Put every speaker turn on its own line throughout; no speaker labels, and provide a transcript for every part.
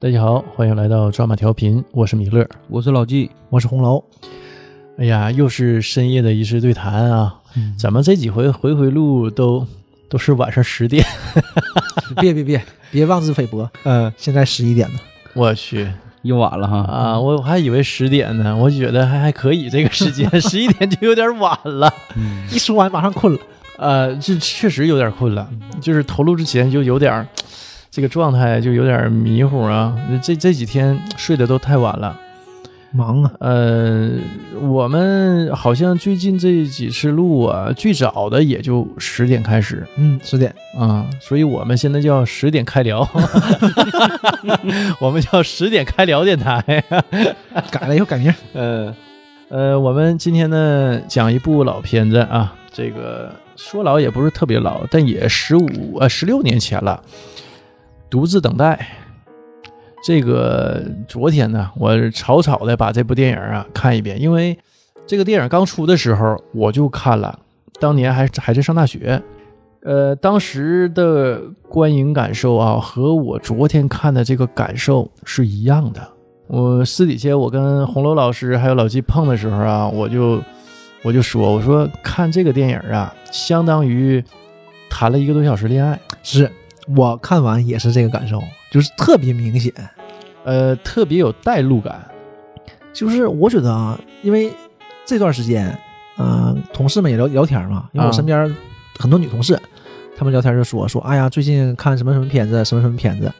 大家好，欢迎来到抓马调频，我是米勒，
我是老纪，
我是红楼。
哎呀，又是深夜的一次对谈啊！
嗯
咱们这几回回回录都都是晚上十 点，
别别别别妄自菲薄。呃，现在十一点了，
我去
又晚了哈。
啊！我我还以为十点呢，我觉得还还可以，这个时间 十一点就有点晚了。
嗯，
一说完马上困了。嗯
呃，这确实有点困了，就是投入之前就有点儿这个状态就有点迷糊啊。这这几天睡得都太晚了。
忙啊，
呃，我们好像最近这几次录啊，最早的也就十点开始
嗯，十点，
啊、所以我们现在叫十点开聊， 我们叫十点开聊电台。
改了以后 改名。
呃，呃，我们今天呢讲一部老片子啊，这个说老也不是特别老，但也十五呃十六年前了，《独自等待》。这个昨天呢，我草草的把这部电影啊看一遍，因为这个电影刚出的时候我就看了，当年还还在上大学，呃，当时的观影感受啊，和我昨天看的这个感受是一样的。我私底下我跟红楼老师还有老纪碰的时候啊，我就我就说，我说看这个电影啊，相当于谈了一个多小时恋爱，
是我看完也是这个感受，就是特别明显。
呃，特别有代入感。
就是我觉得啊，因为这段时间，嗯、同事们也聊聊天嘛，因为我
啊
身边很多女同事，她们聊天就说说，哎呀，最近看什么什么片子，什么什么片子。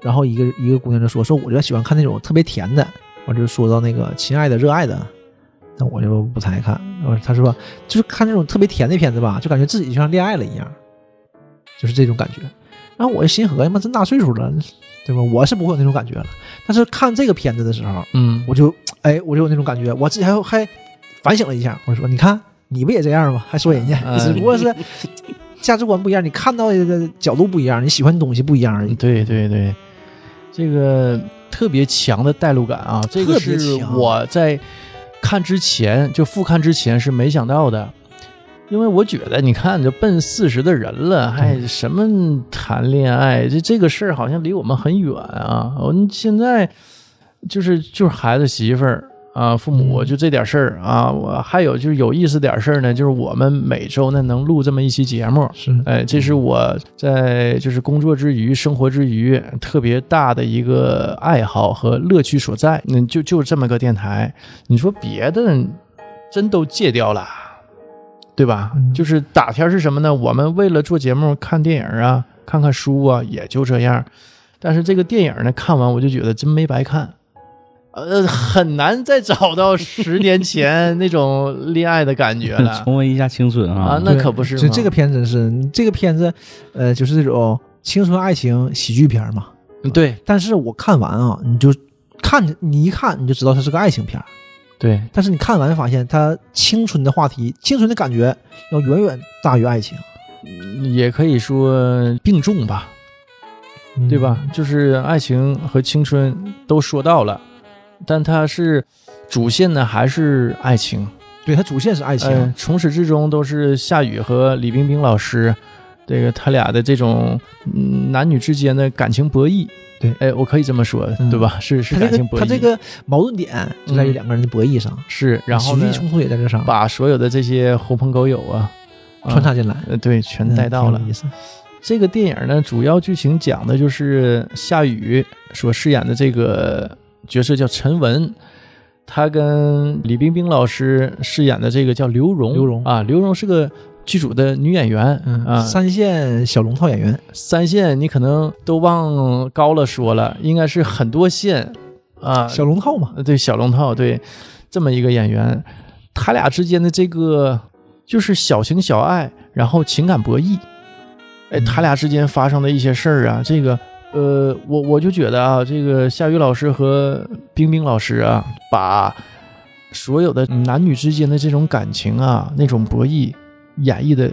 然后一个一个姑娘就说说，我就喜欢看那种特别甜的。我就说到那个《亲爱的，热爱的》，那我就不太爱看。然后她说，就是看那种特别甜的片子吧，就感觉自己就像恋爱了一样，就是这种感觉。然后我就心合计，妈，这么大岁数了，对吧？我是不会有那种感觉了。但是看这个片子的时候，
嗯
我就哎，我就有那种感觉。我自己还还反省了一下，我说你看你不也这样吗？还说人家，
嗯
只不 过是价值观不一样，你看到的角度不一样，你喜欢的东西不一样而已。
对对对，这个特别强的代入感啊，这个
特别
是
强
我在看之前就复看之前是没想到的。因为我觉得，你看，这奔四十的人了，还什么谈恋爱？这这个事儿好像离我们很远啊！我们现在就是就是孩子、媳妇儿啊，父母
嗯
就这点事儿啊。我还有就是有意思点事儿呢，就是我们每周呢能录这么一期节目，
是，
哎，这是我在就是工作之余、生活之余特别大的一个爱好和乐趣所在。嗯，就就这么个电台，你说别的真都戒掉了，对吧？
嗯
就是打天是什么呢？我们为了做节目，看电影啊，看看书啊，也就这样。但是这个电影呢，看完我就觉得真没白看。呃，很难再找到十年前那种恋爱的感觉 了
重温一下青春啊
啊！那可不是吗，
就这个片子是嗯这个片子，呃，就是这种青春爱情喜剧片嘛。
对
但是我看完啊，你就看你一看你就知道它是个爱情片儿，
对，
但是你看完发现它青春的话题、青春的感觉要远远大于爱情，
也可以说并重吧，
嗯
对吧？？就是爱情和青春都说到了，但它是主线呢还是爱情？
对，它主线是爱情，
呃，从始至终都是夏雨和李冰冰老师，这个他俩的这种嗯男女之间的感情博弈。
对
哎，我可以这么说，
嗯
对吧？是是
他
感
这
情
个
博弈，
他这个矛盾点就在于两个人的博弈上，
是，然后
喜
呢
剧，冲突也在这上
把所有的这些狐朋狗友啊，啊
穿插进来，
呃，对，全
嗯
带到了
挺。有意思。
这个电影呢，主要剧情讲的就是夏雨所饰演的这个角色叫陈文，她跟李冰冰老师饰演的这个叫刘蓉，
刘蓉
啊，刘蓉是个剧组的女演员，啊，
嗯，三线小龙套演员，
三线你可能都忘高了说了，应该是很多线啊，
小龙套嘛，
呃对小龙套，对这么一个演员，他俩之间的这个就是小情小爱，然后情感博弈，哎，
嗯
他俩之间发生的一些事儿啊，这个呃，我我就觉得啊，这个夏雨老师和冰冰老师啊，把所有的男女之间的这种感情啊，那种博弈演绎的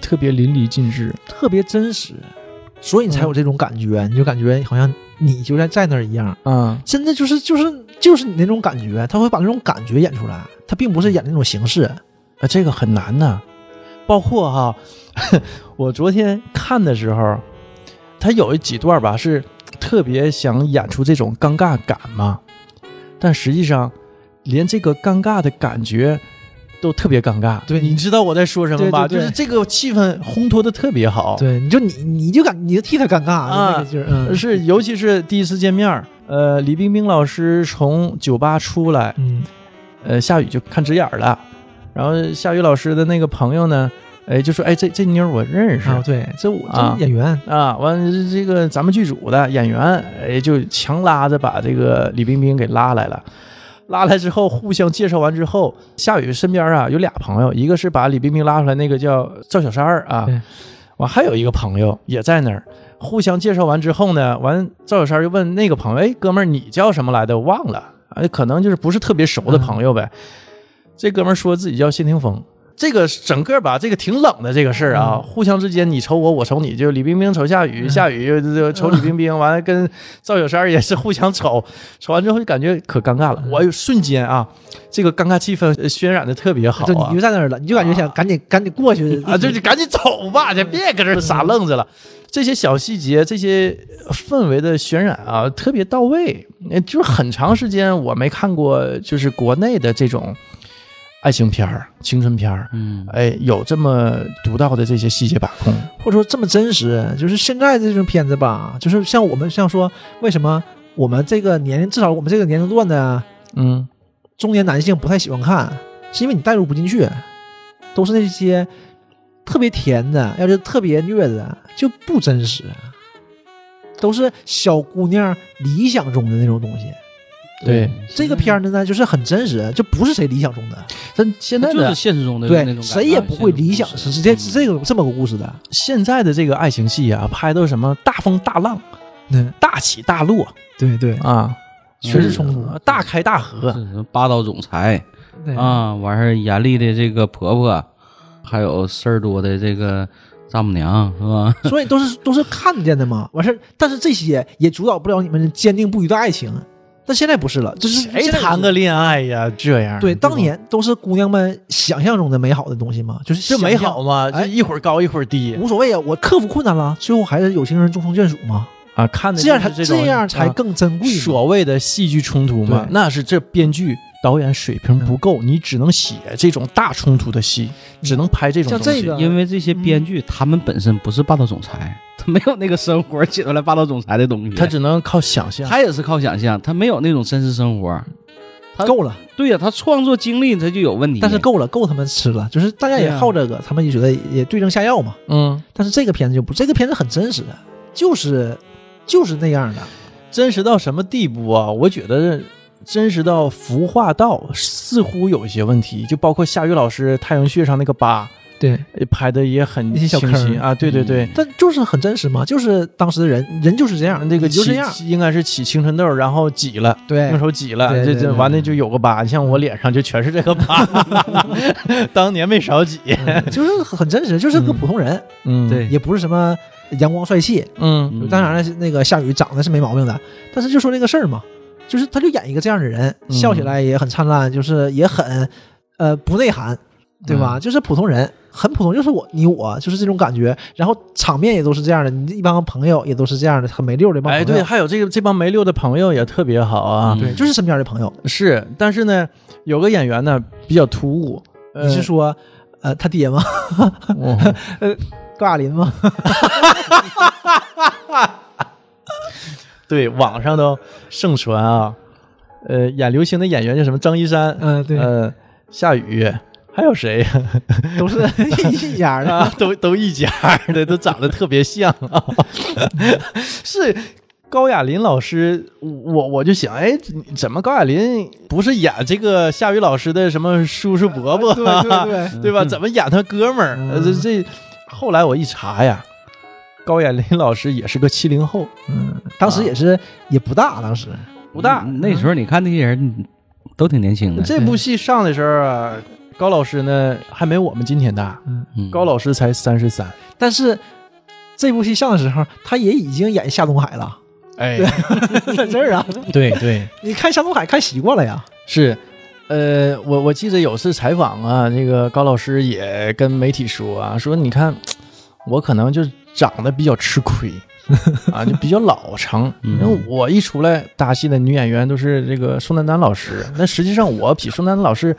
特别淋漓尽致，
特别真实，所以
嗯
你才有这种感觉，你就感觉好像你就在在那儿一样，
嗯。
真的就是就是就是你那种感觉，他会把那种感觉演出来，他并不是演那种形式，
啊，这个很难呐。包括哈、 我昨天看的时候，他有几段吧，是特别想演出这种尴尬感嘛，但实际上连这个尴尬的感觉都特别尴尬。
对
你知道我在说什么吧？
对对
就
对
是这个气氛烘托的特别好。
对，你就你你就感你就替他尴尬
哦啊
那个劲儿，嗯
是，尤其是第一次见面儿，呃，李冰冰老师从酒吧出来，
嗯，
呃，夏雨就看直眼儿了，然后夏雨老师的那个朋友呢，哎，就说，哎，这这妞儿我认识
啊，对，这我
啊
这演员，
啊，完了这个咱们剧组的演员，哎，就强拉着把这个李冰冰给拉来了。拉来之后，互相介绍完之后，夏雨身边啊有俩朋友，一个是把李冰冰拉出来那个叫赵小三儿啊
对，
完还有一个朋友也在那儿。互相介绍完之后呢，完赵小三儿就问那个朋友：“哎，哥们儿，你叫什么来的？我忘了。”啊，可能就是不是特别熟的朋友呗。这哥们儿说自己叫谢霆锋。这个整个吧，这个挺冷的这个事儿啊，
嗯
互相之间你瞅我，我瞅你，就李冰冰瞅夏雨，
嗯
夏雨就就瞅李冰冰，完了跟赵小三儿也是互相 瞅，瞅完之后就感觉可尴尬了。
嗯
我有瞬间啊，这个尴尬气氛呃渲染的特别好
就
啊
你就，在那儿了，你就感觉想赶紧赶紧过去
啊，就就赶紧走吧，就别搁这儿傻愣着了。这些小细节，这些氛围的渲染啊，特别到位。呃就是很长时间我没看过，就是国内的这种爱情片儿、青春片儿，
嗯，
哎，有这么独到的这些细节把控。
或者说这么真实，就是现在这种片子吧，就是像我们像说，为什么我们这个年龄，至少我们这个年龄段的
嗯，
中年男性不太喜欢看，是因为你代入不进去，都是那些特别甜的，要是特别虐的，就不真实，都是小姑娘理想中的那种东西。
对，
这个片儿呢，就是很真实，就不是谁理想中的，
但现在
就是
的
现实中的那
对，
种，啊
谁也不会理想是这这个这么个故事的，
现在的这个爱情戏啊，拍的什么大风大浪、
嗯，
大起大落
对对，
啊，
全是
嗯
冲突，
大开大合。
这什么霸道总裁
对，
啊，完事儿严厉的这个婆婆，还有事儿多的这个丈母娘是吧？
所以都是都是看见的嘛，完事儿，但是这些也主导不了你们坚定不移的爱情。但现在不是了，就是
谁
现在
谈
不
个
是
恋爱呀？这样
对，
吧
当年都是姑娘们想象中的美好的东西嘛，就是
这
想象
美好吗？
哎
这一会儿高一会儿低
无所谓啊，我克服困难了，最后还是有情人终成眷属嘛，
啊，看的
这样才
就是这种
样才
啊
更珍贵嘛。
所谓的戏剧冲突嘛
对，嗯
那是这编剧导演水平不够，你只能写这种大冲突的戏，只能拍这种
像
东西
这个
因为这些编
嗯
剧他们本身不是霸道总裁， 他没有那个生活写出来霸道总裁的东西，
他只能靠想象。
他也是靠想象，他没有那种真实生活。他
够了，
对呀、他创作经历他就有问题。
但是够了，够他们吃了，就是大家也
对啊
好这个，他们也觉得也对症下药嘛。
嗯，
但是这个片子就不，这个片子很真实，就是就是那样的，
真实到什么地步啊？我觉得真实到服化道似乎有一些问题，就包括夏雨老师太阳穴上那个疤
对，
呃拍的也很
那
清
些小坑嗯
晰啊。对对对，
但就是很真实嘛，就是当时的人，人就是这样，
那个
你就
起
这样，
应该是起青春痘，然后挤了。
对
用手挤了，
哎对
这
对
这
对
完了就有个疤，像我脸上就全是这个 疤，当年没少挤。
嗯 就是很真实，就是个普通人，
嗯，
对，
也不是什么阳光帅气。
嗯
嗯
当然了，那个夏雨长得是没毛病的，但是就说那个事儿嘛，就是他就演一个这样的人，
嗯
笑起来也很灿烂，就是也很呃不内涵，对
嗯
吧？就是普通人，很普通，就是我你我就是这种感觉。然后场面也都是这样的，你一帮朋友也都是这样的，很没溜的一帮朋
哎，
友。
对，还有这个这帮没溜的朋友也特别好啊。
嗯
嗯对，就是身边的朋友。
是，但是呢，有个演员呢比较突兀。呃
你是说呃他爹吗？
我
哦 高亚麟吗？
对网上都盛传啊，呃，演刘星的演员叫什么？张一山，
嗯，对，
呃，夏雨，还有谁
都是一家 的。
啊？都都一家儿的，都长得特别像啊。 是高亚麟老师，我我就想，哎，怎么高亚麟不是演这个夏雨老师的什么叔叔伯伯、
对对对，
嗯
对吧？怎么演他哥们儿？呃这这，后来我一查呀，高亚麟老师也是个七零后，
嗯，当时也是也不大，当时
不大。
嗯那时候你看那些人嗯都挺年轻的，
这部戏上的时候啊，高老师呢还没我们今天大，
嗯
高老师才三十三。
但是这部戏上的时候，他也已经演夏东海了，
哎，
在这儿啊，
对对
你看夏东海看习惯了呀，
是。呃，我我记得有次采访啊，那个高老师也跟媒体说啊，说你看我可能就长得比较吃亏，啊，就比较老成。
嗯
因为我一出来打戏的女演员都是这个宋丹丹老师，那实际上我比宋丹丹老师，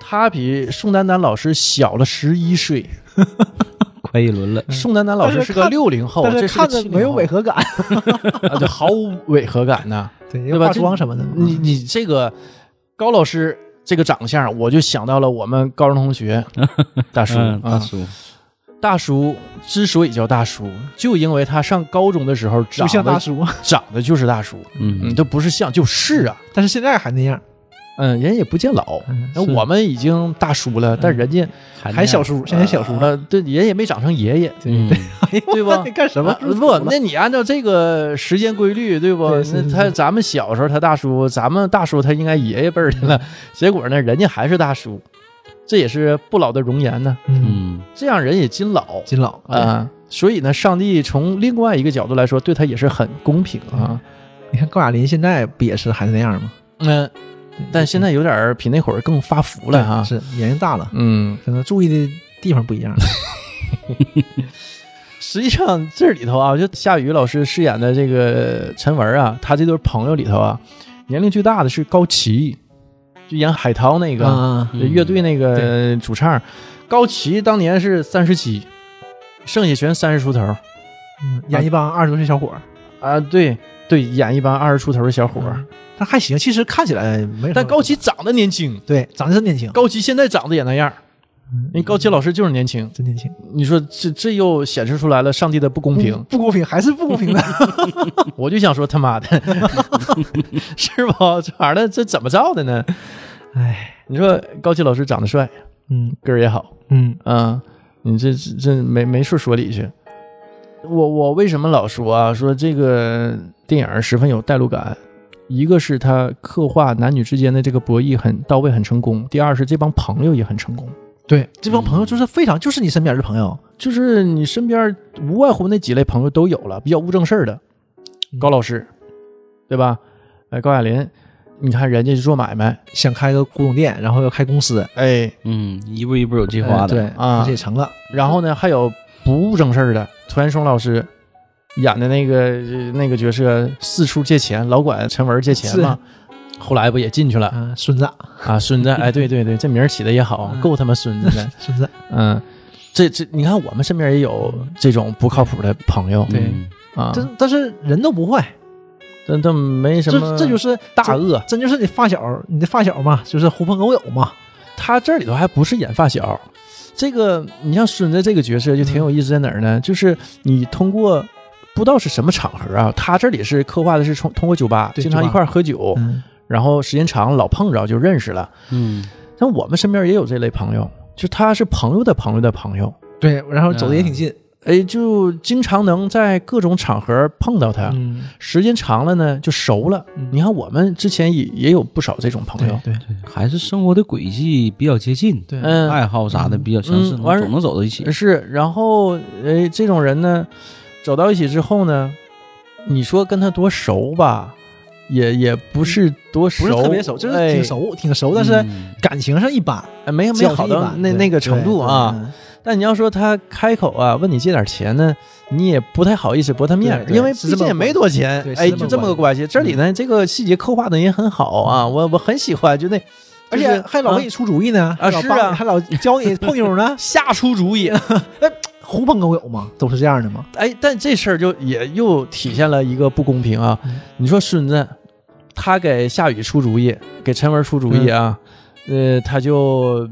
她比宋丹丹老师小了十一岁。
快一轮了，
宋丹丹老师是个
嗯但是看
六零后，
但
这
哦是
是个
看着
70
没有
后
违和感，
啊，就毫无违和感呢。
对， 因
对
为
吧
化
这
妆什么的嘛，嗯
你你这个高老师这个长相，我就想到了我们高中同学 大叔
嗯，大
啊，
叔，
大叔之所以叫大叔，就因为他上高中的时候
就
长
像大
得
叔，啊
长得就是大叔，嗯，
嗯，
这不是像就是啊，
但是现在还那样，
嗯，人也不见老，
嗯
那
是嗯
我们已经大叔了，但人家
还小
叔，
叔，现在小叔了，
了，呃对，人也没长成爷爷，
嗯，
哎呦
对吧
我 看你干什么
啊？不，那你按照这个时间规律，对不？
对是
那
是
他
是
咱们小时候他大叔，咱们大叔他应该爷爷辈儿的了，结果呢，人家还是大叔，这也是不老的容颜呢。
嗯，
嗯，
这样人也尽老
金老
啊、，所以呢，上帝从另外一个角度来说，对他也是很公平啊。
对你看高雅林现在不也是还是那样吗？
嗯，
对
但现在有点儿比那会儿更发福了哈、
是年龄大了，
嗯，
可能注意的地方不一 样。
实际上这里头啊，就夏雨老师饰演的这个陈文啊，他这对朋友里头啊，年龄最大的是高旗，就演海涛那个、
啊，
嗯
就乐队那个
对
主唱，高旗当年是三十七，剩下全三十出头儿
嗯演一帮二十多岁小伙儿，
啊。对对，演一帮二十出头的小伙儿，
嗯但还行，其实看起来没什么。
但高旗长得年轻，
对长得真年轻，
高旗现在长得也那样儿，
嗯
那高旗老师就是年轻。
真年轻，
你说这这又显示出来了上帝的不公平。
不不公平，还是不公平的。
我就想说他妈的， 是吧？这玩意儿这怎么造的呢？
哎，
你说高旗老师长得帅，
嗯
个儿也好，
嗯
啊，你这这这没没处说理去。我我为什么老说啊？说这个电影十分有代入感，一个是他刻画男女之间的这个博弈很到位，很成功；第二是这帮朋友也很成功，
对，这帮朋友就是非常，就是你身边的朋友，
嗯就是你身边无外乎那几类朋友都有了，比较无正事儿的，
嗯
高老师，对吧？哎，高亚麟，你看人家做买卖，
想开个古董店，然后要开公司，
哎，
嗯，一步一步有计划
哎
的，
对，
啊
而且也成了，
然后呢，还有不务正事儿的团松老师演的那个呃那个角色，四处借钱，老管陈文借钱嘛。后来不也进去了
啊，孙子，
啊？孙子，哎，对对对，这名儿起的也好，
嗯
够他妈孙子 的。
孙子，
嗯，这这，你看我们身边也有这种不靠谱的朋友
对
嗯
啊，
但但是人都不坏，
但但没什
这
么，
这就是
大恶。
真就是你发小，你的发小嘛，就是狐朋狗友嘛，
他这里头还不是演发小，这个你像孙子这个角色就挺有意思在哪儿呢？就是你通过不知道是什么场合啊，他这里是刻画的是从通过酒吧
对
经常
酒
一
吧
块儿喝酒，
嗯，
然后时间长了老碰着就认识了。
嗯，
但我们身边也有这类朋友，就他是朋友的朋友的朋友，
对，然后走的也挺近，
哎，就经常能在各种场合碰到他。
嗯，
时间长了呢，就熟了。你看，我们之前也也有不少这种朋
对
友，
对
还是生活的轨迹比较接近，
对，
嗯，
爱好啥的比较相似，
嗯完事儿
总能走到一起。
是，然后哎，这种人呢，走到一起之后呢，你说跟他多熟吧，也也不是多熟，
嗯不是特别熟，就是
哎
挺熟，挺熟，但是
嗯
感情上一般，
哎没没
交情
好
一
到
般
那
对
那个程
对
度
对
啊。
嗯
但你要说他开口啊问你借点钱呢，你也不太好意思驳他面儿，
对对
因为
是
毕
这
竟
么
也没多钱
对，是
哎，
这么
就这么个
关系嗯
关系。这里呢，这个细节刻画的也很好啊，我我很喜欢，就那，
而
就是
且还老
啊
给你出主意呢，
啊
还老
是
帮你
啊，
还老教你泡妞呢
瞎出主意，
狐朋狗友嘛，都是这样的嘛。
哎，但这事儿就也又体现了一个不公平啊
嗯！
你说孙子，他给夏雨出主意，给陈文出主意啊，呃，他就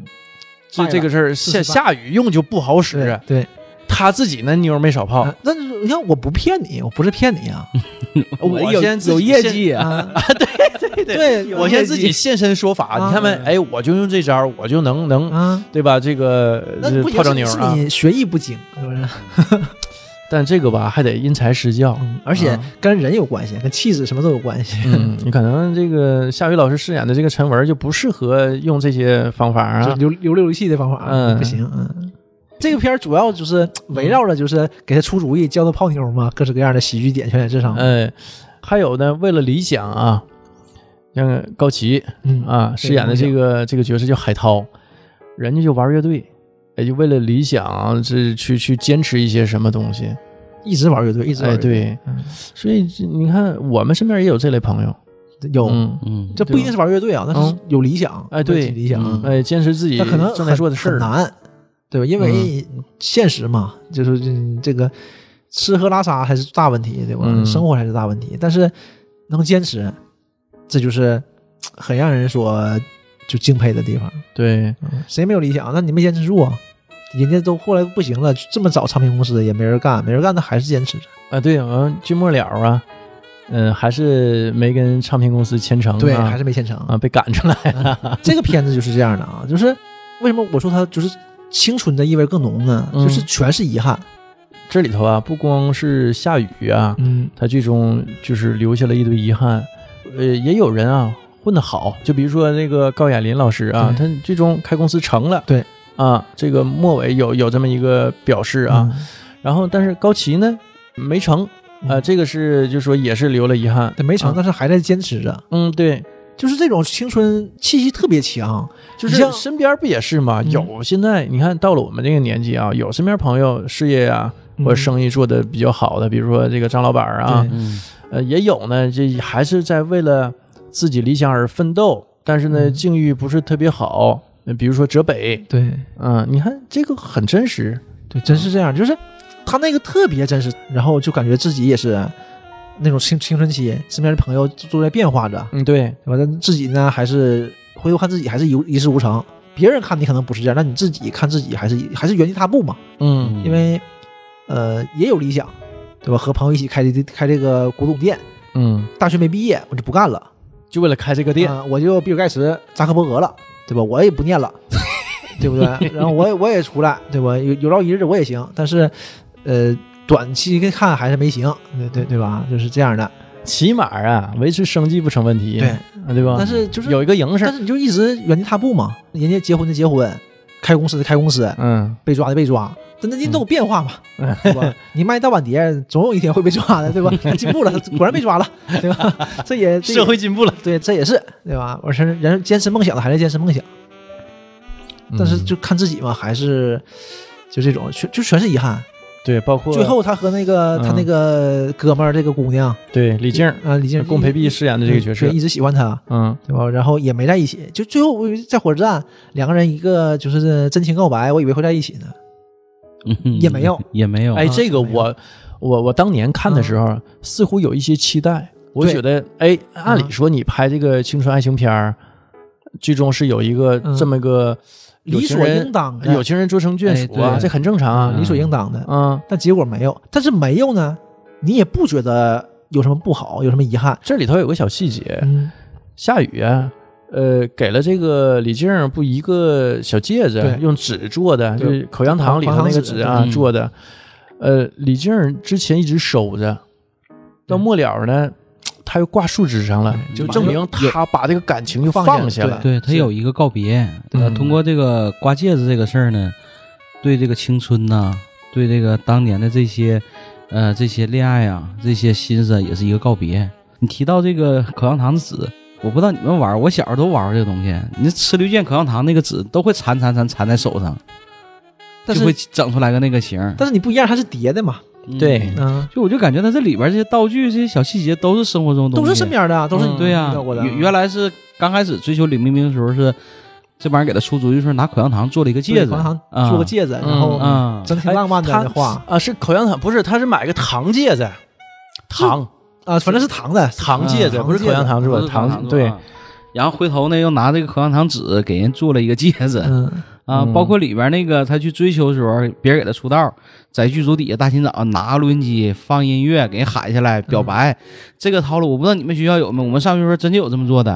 这
嗯败了
这个事儿，夏
四十八
夏雨用就不哦好
对
使，
对，
他自己那妞儿没少泡。
啊那就是你看我不骗你，我不是骗你 啊，
我
有
先自己
有业绩啊，
啊，
对对
对有
我先
业绩
自己现身说法，
啊
你看没？哎，我就用这招儿，我就能能，
啊，
对吧？这个
那不
泡着
行，
妞
是
儿啊！
你学艺不精，是 不是？
但这个吧，还得因材施教。
嗯而且
啊
跟人有关系，跟气质什么都有关系，
嗯，你可能这个夏雨老师饰演的这个陈文就不适合用这些方法啊
就。流流流气的方法啊
嗯
不行，嗯。这个片儿主要就是围绕着就是给他出主意，教他泡妞嘛，各式各样的喜剧点全在这上面。
哎，还有呢，为了理想啊，像高旗
嗯
啊饰演的这个这个角色叫海涛，哎人家就玩乐队，也就为了理想啊，这去去坚持一些什么东西。
一直玩乐队，一直玩
哎，
乐队。
对
嗯，
所以这你看，我们身边也有这类朋友，
有、
嗯，
嗯，
这不一定是玩乐队啊，那是
嗯
有理想，
哎对
有理想，
嗯
哎，坚持自己
那可能
正在
很
做的事
很
儿，
难，对吧？因为现实嘛，就是嗯这个吃喝拉撒还是大问题，对吧？
嗯
生活才是大问题，但是能坚持，这就是嘖很让人说就敬佩的地方。
对，
嗯谁没有理想？那你没坚持住啊？人家都后来不行了，这么早唱片公司也没人干，没人干，他还是坚持着。
啊，对，完剧末了啊，嗯，还是没跟唱片公司签成啊，
对，还是没签成。
啊，被赶出来 了，
这个片子就是这样的啊，就是为什么我说它就是青春的意味更浓呢？
嗯
就是全是遗憾。
这里头啊，不光是下雨啊，
嗯，
他最终就是留下了一堆遗憾。呃，也有人啊混得好，就比如说那个高亚麟老师啊，他
对
最终开公司成了。
对
啊，这个末尾有有这么一个表示啊。
嗯，
然后，但是高旗呢没成，呃，
嗯
这个是就说也是留了遗憾。
对，没成，
啊
但是还在坚持着，
嗯，对，
就是这种青春气息特别强。
就是
像
身边不也是嘛？
嗯
有现在你看到了我们这个年纪啊，有身边朋友事业啊或者生意做得比较好的，比如说这个张老板啊，
嗯对
嗯
呃，也有呢，这还是在为了自己理想而奋斗，但是呢，
嗯
境遇不是特别好。呃比如说浙北，
对
嗯、你看这个很真实，
对，真是这样，就是他那个特别真实，然后就感觉自己也是那种青青春期，身边的朋友都在变化着，
嗯，对，
对吧？但自己呢，还是回头看自己还是一无一事无成。别人看你可能不是这样，但你自己看自己还是还是原地踏步嘛。
嗯，
嗯
因为呃也有理想，对吧？和朋友一起开这开这个古董店，
嗯，
大学没毕业我就不干了，
就为了开这个店，
啊我就比尔盖茨、扎克伯格了，对吧？我也不念了，对不对？然后我也我也出来，对吧？有有朝一日我也行，但是呃短期看还是没行，对对对吧？就是这样的，
起码啊，维持生计不成问题，
对
啊，对吧？
但是就是
有一个营
但
生，
是你就一直原地踏步嘛，人家结婚的结婚，开公司的开公司，
嗯，
被抓的被抓，但那人都有变化嘛，
嗯
对吧？ 你卖大碗碟，总有一天会被抓的，对吧？ 他进步了，他果然被抓了，对吧？这也这也
社会进步了，
对，这也是对吧？我是人坚持梦想的还是坚持梦想，
嗯
但是就看自己嘛，还是就这种，全就全是遗憾。
对，包括
最后他和那个他
嗯
那个哥们儿这个姑娘
对李静、
啊，李静
龚培碧饰演的这个角色
对，一直喜欢他，
嗯
对吧？然后也没在一起，就最后我以为在火车站两个人一个就是真情告白，我以为会在一起呢，
嗯
也没有，
也没 有，
哎，这个
没有
我我我当年看的时候，似乎有一些期待。我
对
觉得，哎，按理说你拍这个青春爱情片儿，最终是有一个
嗯哎
这么个有
理
情
所
人
应当的，
有情人终成眷属啊，
哎对
这很正常啊。
啊理所应当的。
嗯，
但结果没有，但是没有呢，你也不觉得有什么不好，有什么遗憾。
这里头有个小细节，
嗯，
下雨啊，呃，给了这个李静不一个小戒指
对，
用纸做的，就
对
是口香糖里头那个纸啊
嗯
做的。呃，李静之前一直收着，到末了呢，他又挂树枝上了，
嗯
就证明他把这个感情就
放
放
下了
了。哎
对他有一个告别，呃，
嗯
通过这个挂戒指这个事儿呢，对这个青春呐、对这个当年的这些，呃，这些恋爱啊，这些心思啊也是一个告别。你提到这个口香糖纸，我不知道你们玩儿，我小时候都玩儿这个东西。你吃绿箭口香糖那个纸都会缠缠缠缠在手上，
但
就会
是
整出来个那个形儿。
但是你不一样，它是叠的嘛，
嗯
对
嗯，
就我就感觉它这里边这些道具、这些小细节都是生活中的东
都
西
是身边的啊，都是你
嗯
对呀、
遇到过的啊。
原原来是刚开始追求李冰冰的时候是，这帮人给她出主意说拿口香糖做了一个戒指，
好像
啊
做个戒指，然后
啊，
整挺浪漫的
哎
那话
啊，是口香糖，不是，他是买个糖戒指，糖
啊，反正是糖的，
糖戒指，
嗯
啊不是口香糖做
做啊
的糖，对，
然后回头呢，又拿这个口香糖纸给人做了一个戒指、
嗯，
啊，
嗯
包括里边那个他去追求的时候，别人给他出道，在剧组底下大清早拿录音机放音乐给人喊下
嗯
来表白，这个套路我不知道你们学校有没有，我们上学时候真就有这么做的，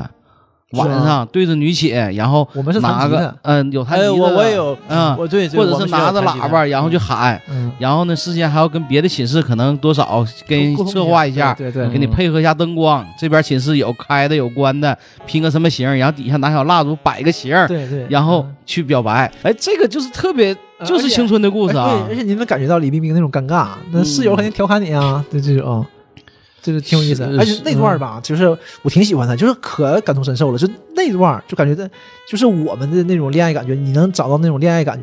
是吗啊
晚上对着女寝，然后
我们是
拿
弹吉
个
的，
嗯、有弹吉
哎，
的，
我我也有，
嗯，
我对，对
或者
我
是
们学校
拿着
弹吉
喇
他
叭，然后就喊，
嗯，
然后呢，事先还要跟别的寝室可能多少跟
沟通
策划一下，
对对
嗯
给你配合一下灯光，这边寝室有开的有关的，拼个什么形儿，然后底下拿小蜡烛摆个形儿，
对对，
然后
嗯
去表白。哎，这个就是特别，
呃
就是青春的故
哎
事啊
对，而。且你能感觉到李冰冰那种尴尬，那
嗯
室友肯定调侃你啊，对这种。就是挺有意思，
是
而且那
是嗯
段儿吧，就是我挺喜欢的，就是可感同身受了。就那段儿就感觉到，就是我们的那种恋爱感觉，你能找到那种恋爱感觉，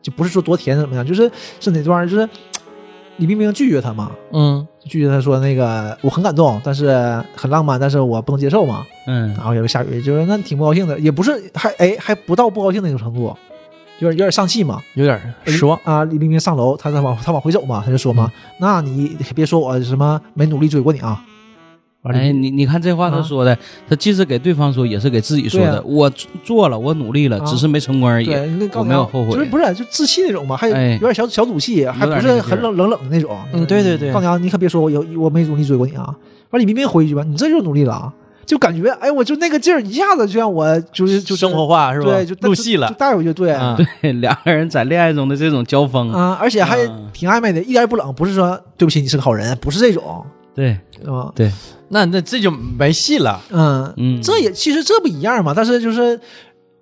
就不是说多甜怎么样，就是是哪段儿，就是李冰冰拒绝他嘛，
嗯
拒绝他说那个我很感动，但是很浪漫，但是我不能接受嘛。
嗯
然后也被下雨，就是那挺不高兴的，也不是还哎还不到不高兴那种程度，有点有点丧气嘛。
有点失望。
啊！李冰冰上楼，他他往他往回走嘛，他就说嘛，那你别说我什么没努力追过你啊。完了
哎，你你看这话他
啊
说的，他既是给对方说，也是给自己说
对
的。
啊
我做了，我努力了，
啊
只是没成功而已。
对，那告
哎我
诉你
没有
啊
后悔
就是不是就自气那种嘛，还有
哎
有点小小赌气，还
点
不
那
是
个劲
很
儿
冷冷冷的那种。
嗯对对对
告诉你啊，你可别说我有我没努力追过你啊。完，李冰冰回一句吧，你这就是努力了啊，就感觉哎，我就那个劲儿一下子就让我就是就
生活化是吧？
对就
入戏了
就。带回去，对
啊，
对，嗯 两个人在恋爱中的这种交锋，
啊，而且还
嗯
挺暧昧的，一点也不冷，不是说对不起你是个好人，不是这种，
对，
对吧？
对，
那那这就没戏了。
嗯，
嗯，
这也其实这不一样嘛，但是就是，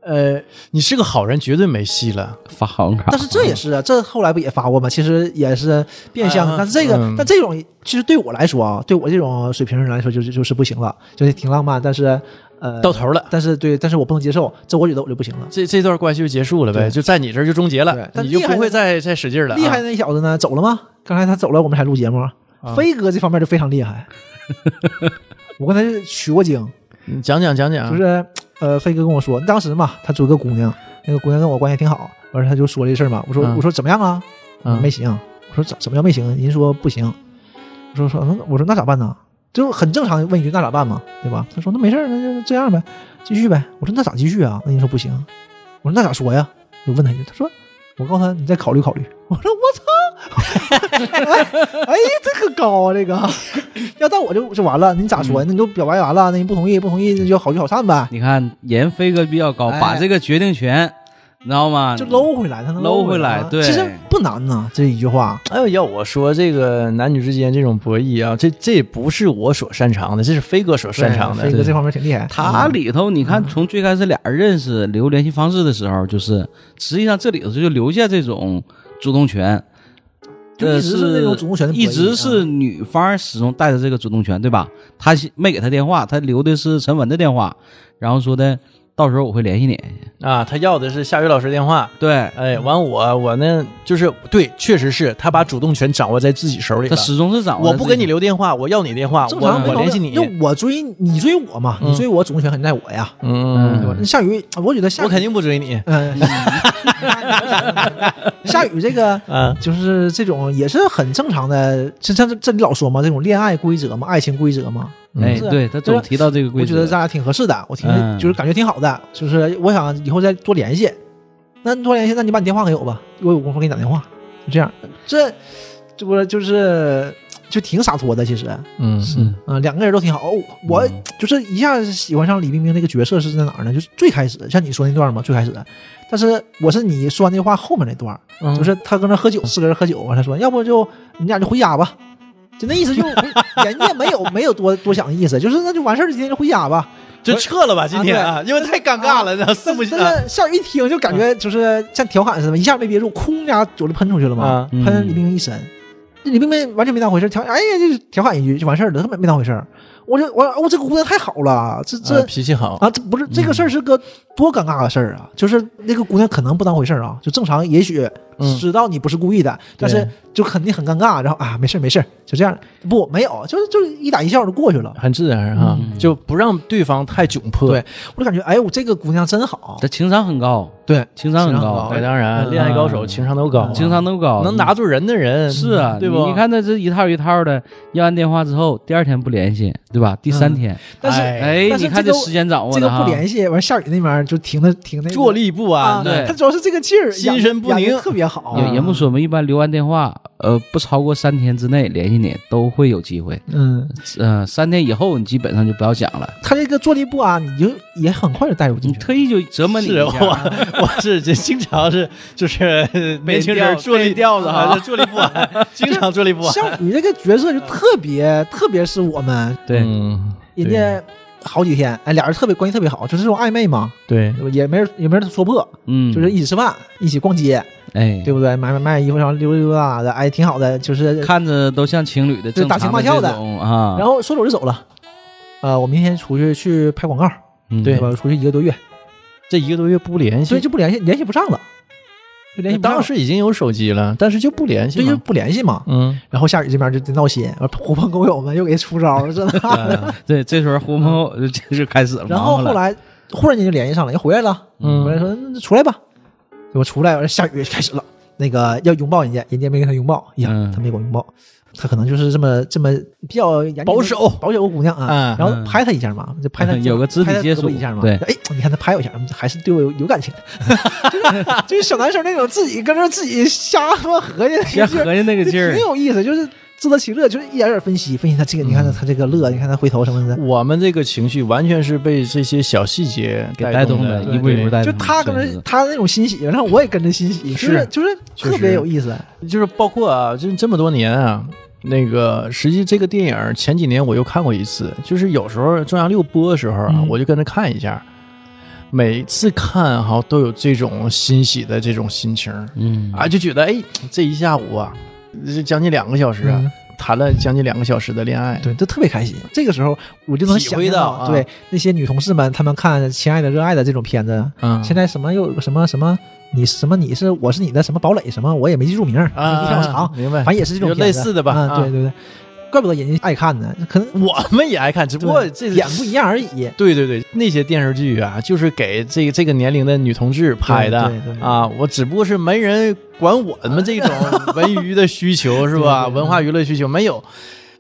呃，
你是个好人，绝对没戏了。
发好人卡，
但是这也是啊，这后来不也发过吗？其实也是变相的，
啊
但是这个，
嗯嗯
但这种其实对我来说啊，对我这种水平人来说，就是就是不行了，就是挺浪漫，但是呃，
到头了，
但是对，但是我不能接受，这我觉得我就不行了。
这这段关系就结束了呗，
对
就在你这儿就终结
对
了，
但
你就
厉害
不会再再使劲了啊。
厉害的那小子呢，走了吗？刚才他走了，我们还录节目。
啊
飞哥这方面就非常厉 害，我跟他取过经，
你讲讲讲啊讲，
就是呃，飞哥跟我说，当时嘛，他追个姑娘，那个姑娘跟我关系挺好，完事他就说这事儿嘛，我说、
嗯
我说怎么样啊？
嗯
没行。我说怎怎么叫没行？人说不行。我说说，那我说那咋办呢？就是很正常，问一句那咋办嘛，对吧？他说那没事儿，那就这样呗，继续呗。我说那咋继续啊？那人说不行。我说那咋说呀？我问他一句，他说我告诉他你再考虑考虑。我说 我操，哎，这个高啊，这个要到我就就完了。你咋说呀？那你就表白完了，那你不同意不同意，那就好聚好散呗，
你看人飞哥比较高，
哎
把这个决定权，你知道吗？
就搂回来，他能
搂
回
回来
啊
对
其实不难呐，这一句话。
哎呦，要我说，这个男女之间这种博弈啊，这这不是我所擅长的，这是飞哥所擅长
对
的。
飞哥
对
这方面挺厉害。嗯
他里头，你看从最开始俩人认识留联系方式的时候，就是实际上这里头就留下这种主动权，
就
呃
一直是那种主动权的博弈
一直是女方始终带着这个主动权，对吧？他没给他电话，他留的是陈文的电话，然后说的到时候我会联系你，
啊，他要的是夏雨老师电话。
对。
哎，完我我呢，就是对，确实是他把主动权掌握在自己手里
他
了。
始终是掌握
我
在
不
自
给
己
你留电话，我要你电话，
正
我
常没
我
毛病
联系你。
那我追你你追我嘛，
嗯
你追我主动权肯定在我呀，对吧？
嗯，
那夏雨，我觉得夏雨
我肯定不追你。
嗯，夏雨这个
啊，
就是这种也是很正常的，这像这这里老说嘛，这种恋爱规则嘛，爱情规则嘛，
哎，
是
对他总提到这个规
我
则，
觉得咱俩挺合适的，我听着
嗯
就是感觉挺好的，就是我想以后再多联系，那多联系，那你把你电话给我吧，我有功夫给你打电话，就这样，这这不就是就挺洒脱的，其实，
嗯，
是
啊，两个人都挺好。哦我
嗯
就是一下子喜欢上李冰冰这个角色是在哪儿呢？就是最开始像你说那段嘛，最开始。但是我是你说完这话后面那段儿，
嗯
就是他搁那喝酒，四个人喝酒，完他说要不就你俩就回家吧，就那意思就人家没有没有多多想的意思，就是那就完事儿，今天就回家吧。
就撤了吧，今天啊，因为太尴尬了，那四
但
不嗯
是但是夏雨一听就感觉就是像调侃似的，一下没憋住，空家酒就喷出去了嘛，
啊，
嗯
喷李冰冰一身。这李冰冰完全没当回事儿，调哎呀就是调侃一句就完事儿了，根本没当回事儿。我就我我这个姑娘太好了，这这
啊脾气好。
啊，这不是这个事
嗯
儿是个多尴尬的事儿啊！就是那个姑娘可能不当回事儿啊，就正常，也许
嗯
知道你不是故意的，但是就肯定很尴尬。然后啊，没事儿没事儿，就这样。不，没有，就是就是一打一笑就过去了。
很自然哈、
嗯
就不让对方太窘迫。
对我就感觉，哎，我这个姑娘真好
他。情商很高，
对，
情商很
情商
高
高，
哎当然，
嗯
恋爱高手情商都高啊、
情商都高，
能拿住人的人
是啊，
对
你
不？
你，看那这一套一套的，要完电话之后，第二天不联系，对吧？第三天，
但是
哎，
哎，
嗯但是
你看这
这个
时间掌握
这
的
个
哈，
不联系，完夏雨那边就停的停那个
坐立不安
啊，
的、
对
他主要是这个劲儿，
心
演
神不宁
演得特别好。
有人不说嘛，一般留完电话，呃，不超过三天之内联系你都会有机会，
嗯，
呃，三天以后你基本上就不要讲了，
他这个坐立不安，你就也很快就带入进
你
去了。
特意就折磨你
是
一
我
下，
啊
我是这经常是就是年轻人
调
坐立
被调子哈
啊，就坐立不 安，经常坐立不安。
夏雨这个角色就特别，特别是我们
对，
嗯，
人家好几天，哎，俩人特别关系特别好，就是这种暧昧嘛，
对
对吧也没人也没人说破，
嗯，
就是一起吃饭，一起逛街，
哎，
对不对？买买买衣服，然后溜达溜达的，哎，挺好的，就是，
看着都像情侣的
就
正
打
常
情骂俏
这
的
种啊，
然后说走就走了。呃，我明天出去去拍广告，
嗯
对
吧？出去一个多月，
这一个多月不联
所以
系，
就不联系，联系不上了。就联系不上
当时已经有手机了，但是就不联系
对就
嘛。
不联系嘛。
嗯，
然后夏雨这边就得闹心，完狐朋狗友们又给出招了，这那的。
对，这时候狐朋狗友 就是开始了。
嗯然后后
忙活了，
来忽然间就联系上了，人回来了，
嗯
回来说那出来吧，我出来，完下雨开始了，那个要拥抱人家，人家没给他拥抱，呀，
嗯
他没给我拥抱，他可能就是这么这么比较严谨的
保守
保守的姑娘
嗯
啊，然
嗯
后拍他一下嘛，就拍他
有个肢体
拍他
接触
胳膊一下嘛，
对
哎，你看他拍我一下，还是对我有有感情 的，就是就是小男生那种自己跟着自己瞎他妈合计的劲
先
儿，
合计那个劲儿
挺，有意思，就是自得其乐，就是一点点分析分析他这个，你
嗯
看他他这个乐，你看他回头什么的，
我们这个情绪完全是被这些小细节
给带
动
动
的，
了，一步一步带
嗯
就
动。
他跟
是
着他那种欣喜，然后我也跟着欣喜，就是是就是
确
特别
实
有意思。
就是包括啊，这这么多年啊，那个实际这个电影前几年我又看过一次，就是有时候中央六播的时候啊，
嗯
我就跟着看一下，每次看哈、都有这种欣喜的这种心情
嗯
啊，就觉得哎，这一下午啊，这将近两个小时啊，
嗯
谈了将近两个小时的恋爱，
对，就特别开心。这个时候我就能
体
想
会
象
到啊
对那些女同事们，她们看《亲爱的热爱的》这种片子，
嗯，
现在什么又有个什么什么你什么你是我是你的什么堡垒什么，我也没记住名儿，
啊，
比较长，
明白
反。正也是这种
就
片
类
子
似的吧
啊
啊
对对对，怪不得人家爱看呢，可能
我们也爱看，只不过这
演不一样而已。
对对对，那些电视剧啊，就是给这个这个年龄的女同志拍的
对对对
啊。我只不过是没人管我们这种文娱的需求是吧？
对对对
文化娱乐需求没有，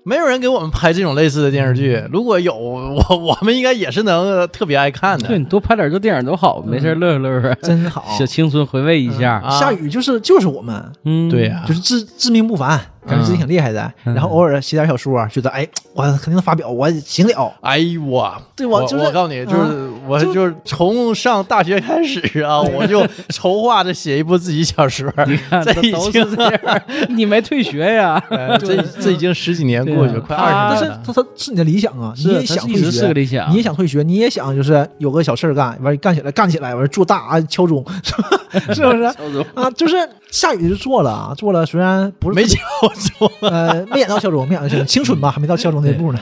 没有人给我们拍这种类似的电视剧。
嗯
如果有，我我们应该也是能特别爱看
对
的。
嗯
你多拍点这电影多好，没事儿乐呵乐呵，
真好，
小青春回味一下。
啊
夏雨就是就是我们，
嗯，
对啊呀、
就是自自命不凡，感觉自己挺厉害的。
嗯
然后偶尔写点小说，觉得哎，我肯定能发表，我行了。
哎呦我，
对
我
我就是啊
我告诉你，就是、我
就
就是从上大学开始 啊，我就筹划着写一部自己小说。
你看，
这
这
已
都
经
是这样， 你没退学呀？
哎这这已经十几年过去了，快
对啊
二
但
十
是
年了。
他他是你的理想啊， 你也
他
想
一
退
直是个
学，
理想，
你 也想退学，你也想就是有个小事儿干，完干起来，干起来，完做大啊，敲钟， 是吧？是不是？啊，就是夏雨就做了啊，做了，虽然不是
没教出
呃，没演到肖钟，没演到肖钟，青春吧，还没到肖钟那步呢，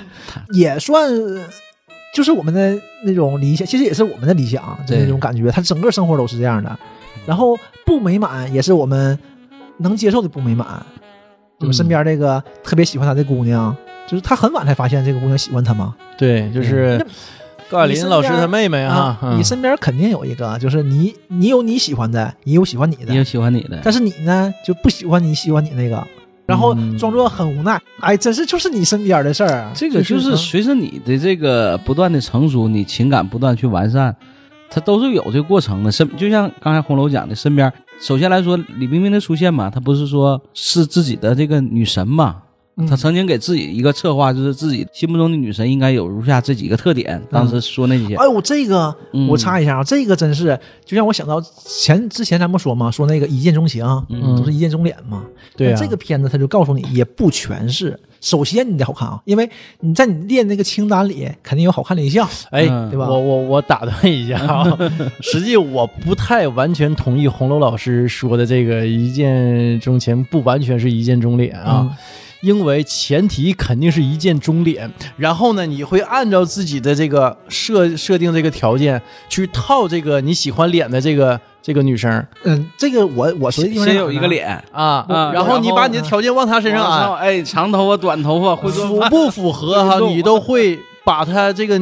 也算就是我们的那种理想，其实也是我们的理想，啊就是那种感觉。他整个生活都是这样的，然后不美满也是我们能接受的不美满。我
嗯
们身边这个特别喜欢他的姑娘，就是他很晚才发现这个姑娘喜欢他嘛。
对，就是高晓林老师他妹妹哈
啊，，
嗯
你身边肯定有一个，就是你，你有你喜欢的，也有喜欢你的
你，有喜欢你的，
但是你呢就不喜欢你喜欢你那个，然后
嗯
装作很无奈，哎，真是就是你身边的事儿。
这个就是
嗯
随着你的这个不断的成熟，你情感不断去完善，它都是有这个过程的。身就像刚才红楼讲的，身边首先来说，李冰冰的出现嘛，她不是说是自己的这个女神嘛。她曾经给自己一个策划，就是自己心目中的女神应该有如下这几个特点。当时说那些，
哎呦，这个
嗯
我插一下啊，这个真是就让我想到前之前咱们说嘛，说那个一见钟情
嗯
都是一见钟脸嘛。
对啊
但这个片子他就告诉你，也不全是。首先你得好看啊，因为你在你练那个清单里肯定有好看的对象，
哎，
嗯
对吧
我我我打断一下啊，实际我不太完全同意红楼老师说的这个一见钟情不完全是一见钟脸
嗯
啊。
嗯
因为前提肯定是一见钟脸，然后呢，你会按照自己的这个设设定这个条件去套这个你喜欢脸的这个这个女生
嗯，这个我我说的地方在
先
哪儿
有一
呢
个，脸，
啊，
啊
然后你
然后
把你的条件往她身上安，
哎，长头发、短头发，会做
符不符合哈，
运动
你都会把它这个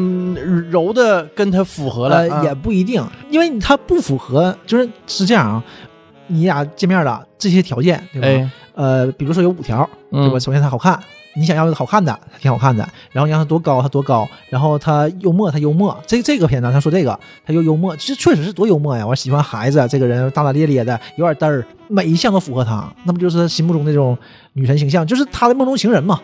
揉的跟它符合了，啊嗯
呃，也不一定，因为他不符合，就是是这样啊，你俩见面了，这些条件对吧？
哎，
呃，比如说有五条，对
嗯
吧？首先他好看，你想要好看的，他挺好看的。然后你让他多高，他多高。然后他幽默，他幽默。这这个片子他说这个，他又幽默，这确实是多幽默呀！我喜欢孩子，啊这个人大大咧咧的，有点嘚儿，每一项都符合他，那不就是他心目中那种女神形象，就是他的梦中情人嘛。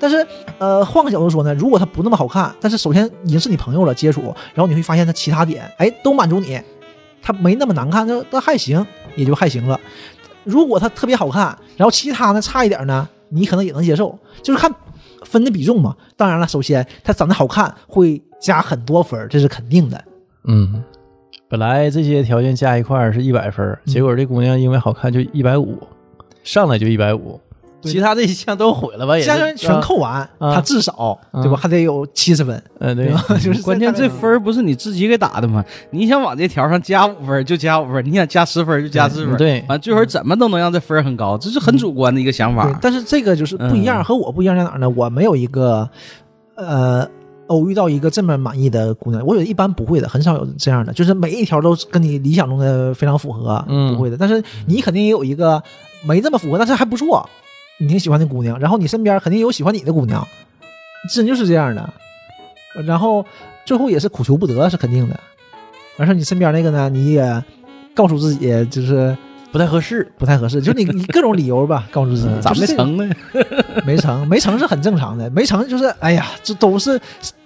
但是，呃，换个角度说呢，如果他不那么好看，但是首先已经是你朋友了，接触，然后你会发现他其他点，哎，都满足你，他没那么难看，那那还行，也就还行了。如果他特别好看，然后其他呢差一点呢，你可能也能接受，就是看分的比重嘛。当然了，首先他长得好看会加很多分儿，这是肯定的。
嗯。本来这些条件
嗯
加一块儿是一百分儿，结果这姑娘因为好看就一百五，上来就一百五，
对
其他这一项都毁了吧？也
加上
呃
全
扣。
扣完，
啊
他至少
啊
对吧，还得有七十分，
嗯，对
对，吧？ 就是
嗯关键这分儿不是你自己给打的吗？你想往这条上加五分儿就加五分儿，你想加十分儿就加十分儿，
对啊
完最后啊怎么都能让这分儿很高，这是很主观的一个想
嗯对
法，。
但是这个就是不一样，
嗯
和我不一样在哪儿呢？我没有一个，呃，偶遇到一个这么满意的姑娘，我有一般不会的，很少有这样的，就是每一条都跟你理想中的非常符合，
嗯
不会的。但是你肯定也有一个没这么符合，但是还不错，你挺喜欢的姑娘，然后你身边肯定有喜欢你的姑娘，真就是这样的。然后最后也是苦求不得，是肯定的。完事儿你身边那个呢，你也告诉自己就是
不太合适。
不太合适，就你你各种理由吧，告诉自己
嗯
咋
就是
没
这个
成呢？
没成，没成是很正常的，没成就是哎呀，这都是，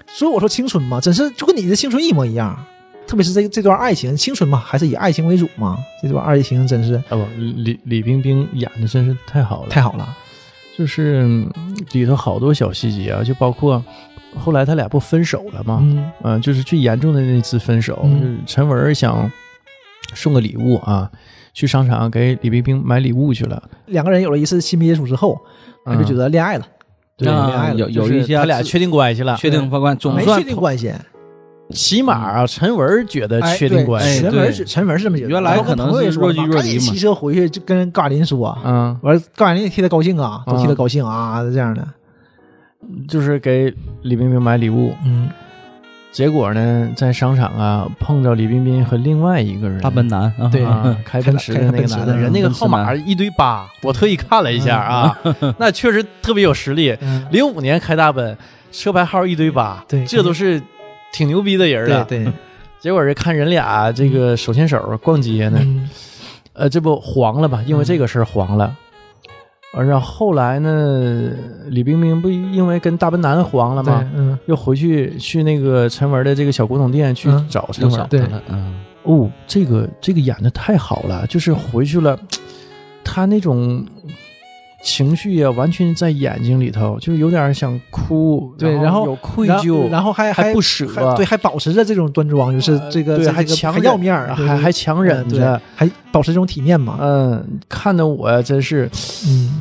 所以我说青春嘛，真是就跟你的青春一模一样，特别是这这段爱情，青春嘛，还是以爱情为主嘛，这段爱情真是
啊不，李李冰冰演的真是太好了，
太好了，
就是嗯里头好多小细节啊，就包括后来他俩不分手了吗？
嗯
嗯、就是最严重的那次分手，
嗯
就是陈文儿想送个礼物啊，去商场给李冰冰买礼物去了，
两个人有了一次亲密接触之后，
啊
他就觉得恋爱了，
对
嗯啊
恋爱了
有有
就是
一些
他俩
自
确定关系了，
确定法官总
呃没
算
确定关系，
起码啊，陈文儿觉得
哎
确定关系，
哎
对陈文是
对
陈文是这么觉得，
原来
然后
可能
跟朋友
是
也说
若
了
即若
赶紧
离嘛
骑车回去就跟嘎林说，
嗯，
完了嘎林也替他高兴啊，都替他
嗯
高兴啊，这样的，
就是给李冰冰买礼物，
嗯，
结果呢，在商场啊碰到李冰冰和另外一个人，
大奔南啊，
对
啊， 开奔驰的那个男的，
开
人那个
奔驰
号码一堆八，我特意看了一下啊， 那确实特别有实力。
嗯
零五年开大奔，车牌号一堆八，
对
这都是挺牛逼的人
对
了。
对，
结果是看人俩这个手牵手逛街呢，
嗯
呃，这不黄了吧？因为这个事儿黄了。呃然后后来呢，李冰冰不因为跟大奔南黄了
对
吗？
嗯
又回去去那个陈文的这个小古董店去
嗯
找陈
又
文
少，
对
他了，嗯，
哦，这个这个演的太好了，就是回去了，他那种情绪呀、完全在眼睛里头，就是有点想哭，
对
然
然后
有愧
然后
疚，
然后还
还
还
不舍，
还对，还保持着这种端庄，就是
呃
这个
对
这
还
这个
强
还
忍
要面儿，啊嗯对
还还强忍着，
还保持这种体面嘛。呃
嗯，看得我真是，
嗯，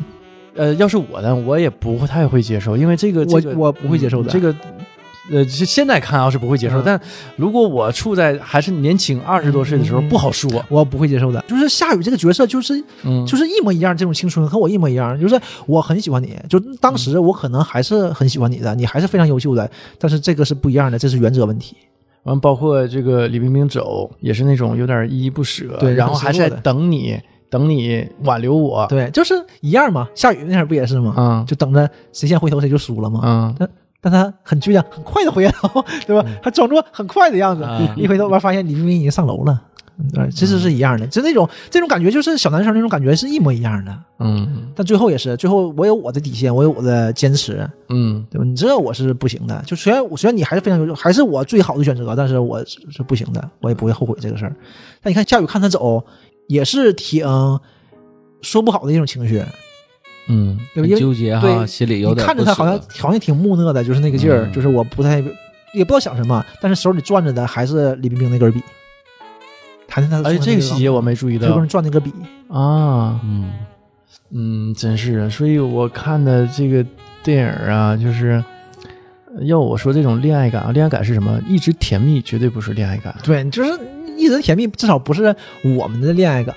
呃，要是我呢，我也不会太会接受，因为这个
我
这个
我不会接受的。
这个。呃，现现在看啊是不会接受，
嗯
但如果我处在还是年轻二十多岁的时候，
嗯嗯嗯
不好说。
我不会接受的，就是夏雨这个角色，就是
嗯，
就是一模一样，这种青春和我一模一样，就是我很喜欢你，就当时
嗯
我可能还是很喜欢你的，你还是非常优秀的，但是这个是不一样的，这是原则问题。
完，包括这个李冰冰走，也是那种有点依依不舍，
对
然后
很失
还是在
落的
等你，等你挽留我，
对，就是一样嘛。夏雨那会儿不也是吗？
嗯，
就等着谁先回头谁就输了嘛。
嗯，
但他很倔强，很快的回头，对吧？他装作很快的样子，
啊
一回头完发现李冰冰已经上楼了，嗯对，其实是一样的，就那种这种感觉，就是小男生那种感觉是一模一样的。
嗯
但最后也是，最后我有我的底线，我有我的坚持，
嗯，
对吧？你这我是不行的。就虽然我虽然你还是非常优秀，还是我最好的选择，但是我是是不行的，我也不会后悔这个事儿。但你看夏雨看他走，也是挺说不好的一种情绪，
嗯，
对吧？
很
因为
纠结哈，
对
心里有
你
点
看着他
不舍
好像好像挺木讷的，就是那个劲儿，
嗯
就是我不太也不知道想什么，但是手里攥着的还是李冰冰那根笔，还是他。
而且哎这个细节，我没注意
他手
到
里攥那根笔，
啊，
嗯，
嗯，真是，所以我看的这个电影啊，就是要我说这种恋爱感啊，恋爱感是什么？一直甜蜜绝对不是恋爱感，
对，就是一直甜蜜，至少不是我们的恋爱感，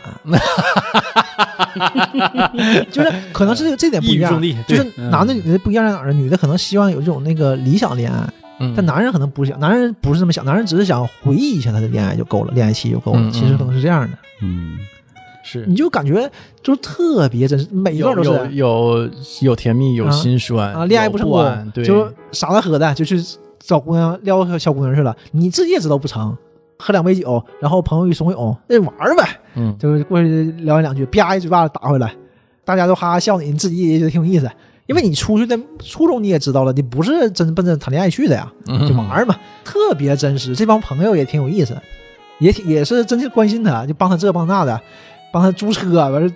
就是可能是这个这点不一样
一语中的，
就
对
是男的女的不一样在哪儿呢？女的可能希望有这种那个理想恋爱，
嗯，
但男人可能不想，男人不是这么想，男人只是想回忆一下他的恋爱就够了，恋爱期就够
嗯
了，
嗯
其实可能是这样的。
嗯，
是
你就感觉就是特别真实，每一段
有
都
有
是
有有甜蜜，有
啊
心酸
啊，恋爱
有
不成
安
功，
对，
就傻大喝的就去找姑娘撩小姑娘去了，你自己也知道不成，喝两杯酒，然后朋友一怂恿，那玩儿呗，
嗯，
就是过去聊两句，啪一嘴巴子打回来，大家都哈哈笑你，你自己也觉得挺有意思。因为你出去的初衷你也知道了，你不是真奔着谈恋爱去的呀，
嗯
就玩儿嘛，特别真实。这帮朋友也挺有意思，也挺也是真心关心他，就帮他这帮那的，帮他租车，完事儿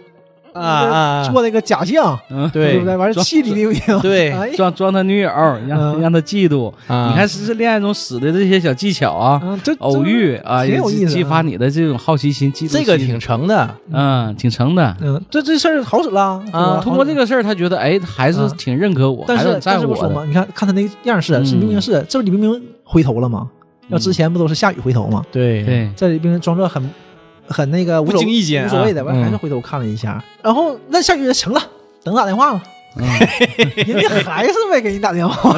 啊啊，
做那个假象，
嗯，
对
不对？完事
装
气你不行，
对
哎
装装他女友，让
嗯
让他嫉妒。
啊
你看，是恋爱中使的这些小技巧啊，
啊，这
偶遇啊，
挺
也
有意思啊
激发你的这种好奇心，嫉妒
这个
心
挺成的，
嗯挺成的。
嗯，这这事儿好使了是吧
啊通过这
好
个事儿，他觉得哎，还是
啊
挺认可我，
但
还
是
是
但
站
是不
我
说
的。
嘛，你看看他那个样式，是
嗯
明明是这李冰冰回头了吗？要之前不都是下雨回头吗？
对，
对，
这李冰冰装作很很那个无
不
所
经意间
无
啊
所谓的，完
嗯
还是回头看了一下，然后那下雨也成了，等打电话嘛，
嗯
人家还是没给你打 电话，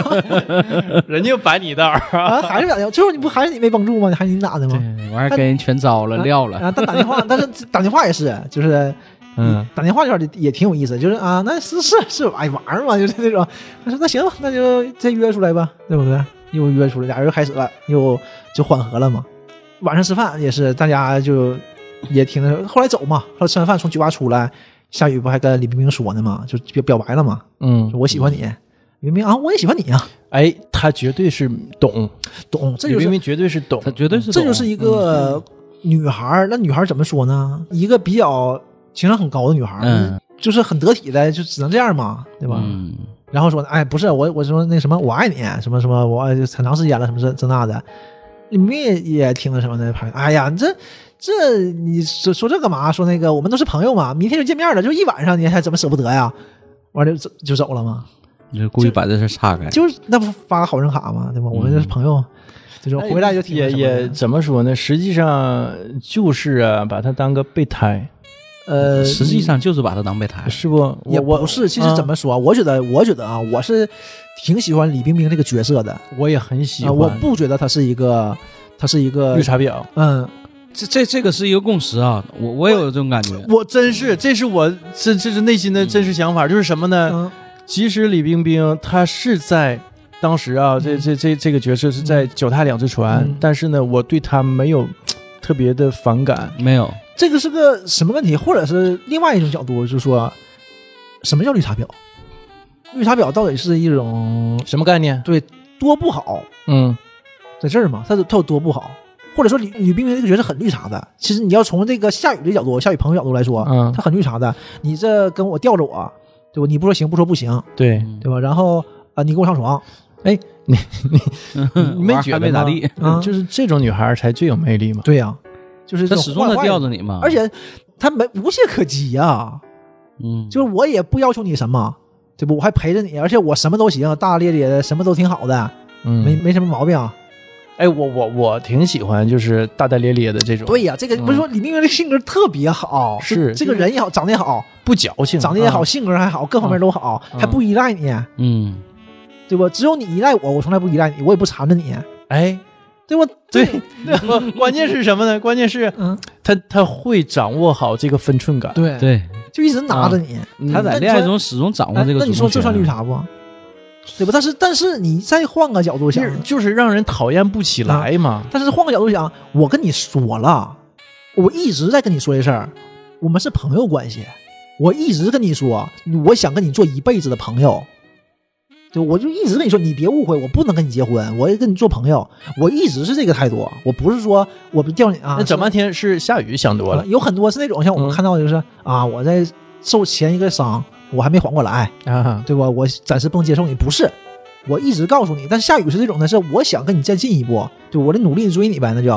人家摆你道儿
啊还是打电话，最后你不还是你没帮助吗？还是你打的吗？
对，完事儿跟人全招了，撂了。
嗯啊，但打电话，但是打电话也是，就是
嗯，
打电话这块儿也挺有意思，就是啊，那是是是，哎玩儿嘛，就是那种。他说那行吧，那就再约出来吧，对不对？又约出来，俩人又开始了，又就缓和了嘛。晚上吃饭也是，大家就也挺那。后来走嘛，后来吃完饭从酒吧出来，夏雨不还跟李冰冰说呢嘛，就表表白了嘛，
嗯
说，我喜欢你。李冰冰啊，我也喜欢你啊，
哎，他绝对是懂，
懂，这
李
就是
冰冰绝对是懂
他，绝对是
这
懂，啊嗯
就是一个女孩儿。那女孩儿怎么说呢？一个比较情商很高的女孩儿，
嗯，
就是很得体的，就只能这样嘛，对吧？
嗯
然后说，哎，不是我，我说那什么，我爱你，什么什么，我爱就很长时间了，什么这这那的，你们也也听了什么的，拍，哎呀，你这这你说说这干嘛？说那个我们都是朋友嘛，明天就见面了，就一晚上，你还怎么舍不得呀？完了就走就走了嘛，
你就故意把这事儿岔开。
就是那不发个好人卡嘛，对吧？我
嗯
们就是朋友，就是
哎
回来就挺那
也
什么
也
的
怎么说呢？实际上就是啊，把他当个备胎，
呃，
实际上就是把他当备胎。
是不？我
也
我啊
不是，其实怎、么说？我觉得，我觉得啊，我是挺喜欢李冰冰这个角色的，
啊我也很喜
啊，
欢，
我不觉得她是一个，她是一个
绿，茶婊。
嗯，
这这这个是一个共识啊，我我也有这种感觉。
我真是，这是我这这是内心的真实想法，就是什么呢？
嗯
其实李冰冰她是在当时啊，这这这这个角色是在脚踏两只船，
嗯
但是呢，我对她没有特别的反感。
没有，
这个是个什么问题？或者是另外一种角度，就是说，什么叫绿茶婊？绿茶婊到底是一种
什么概念？
多不好，
嗯，
在这儿嘛，它它有多不好？或者说李李冰冰这个角色很绿茶的。其实你要从这个夏雨的角度，夏雨朋友角度来说，
嗯
她很绿茶的。你这跟我吊着我，对吧？你不说行，不说不行，
对，
嗯
对吧？然后啊、你跟我上床，
你没
玩儿
觉
还
得
没咋
吗
地，
嗯
就是这种女孩儿才最有魅力嘛。
对呀、就是
他
这种
始终
坏
在
坏
吊
的，
着你嘛。
而，且他没无懈可击呀、
嗯，
就是我也不要求你什么，对不？我还陪着你，而且我什么都行，大大咧咧的，什么都挺好的，
嗯，
没没什么毛病。啊
哎，我我我挺喜欢，就是大大咧咧的这种，
对，呀、这个
嗯
不是说李冰冰的性格特别好，
是
这个人也好，长得也好，
不矫情，
长得也好，
嗯
性格还好，各方面都好，
嗯
还不依赖你，
嗯，
对吧？只有你依赖我，我从来不依赖你，我也不缠着你，
哎，
对吧？
对， 对，不关键是什么呢？关键是
嗯，
他他会掌握好这个分寸感。
对，
对，啊
就一直拿着你。
嗯
他在恋爱中始终掌握
哎
这个主
那你
动
说这
权。
算绿茶不？对吧？但是但是你再换个角度
就
想
是，就是让人讨厌不起
啊
来嘛。
但是换个角度想，我跟你说了，我一直在跟你说这事儿，我们是朋友关系，我一直跟你说，我想跟你做一辈子的朋友。就我就一直跟你说，你别误会，我不能跟你结婚，我也跟你做朋友，我一直是这个态度，我不是说我不钓你啊。
那整半天是下雨想多
完了，
了，
有很多是那种像我们
嗯
看到的就是、啊，我在受前一个伤，我还没缓过来，
啊，
对吧？我暂时不能接受你，不是，我一直告诉你，但是夏雨是这种的，是我想跟你再进一步，对我得努力追你呗，那就，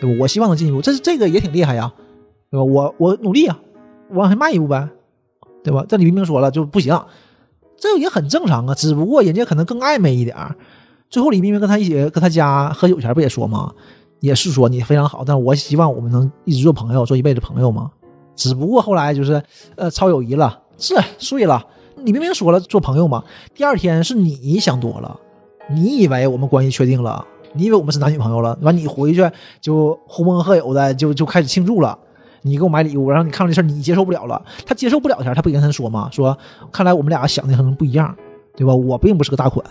对吧？我希望能进一步，这是这个也挺厉害呀，对吧？我我努力呀，啊往前迈一步呗，对吧？这李冰冰说了就不行，这也很正常啊，只不过人家可能更暧昧一点儿。最后李冰冰跟他一起跟他家喝酒前不也说吗？也是说你非常好，但我希望我们能一直做朋友，做一辈子朋友嘛。只不过后来就是呃超友谊了，是睡了。李冰冰说了做朋友嘛，第二天是你想多了，你以为我们关系确定了，你以为我们是男女朋友了，完你回去就呼朋喝友的，就就开始庆祝了。你给我买礼物，然后你看到这事儿你接受不了了，他接受不了前儿，他不也跟他说嘛，说看来我们俩想的可能不一样，对吧？我并不是个大款，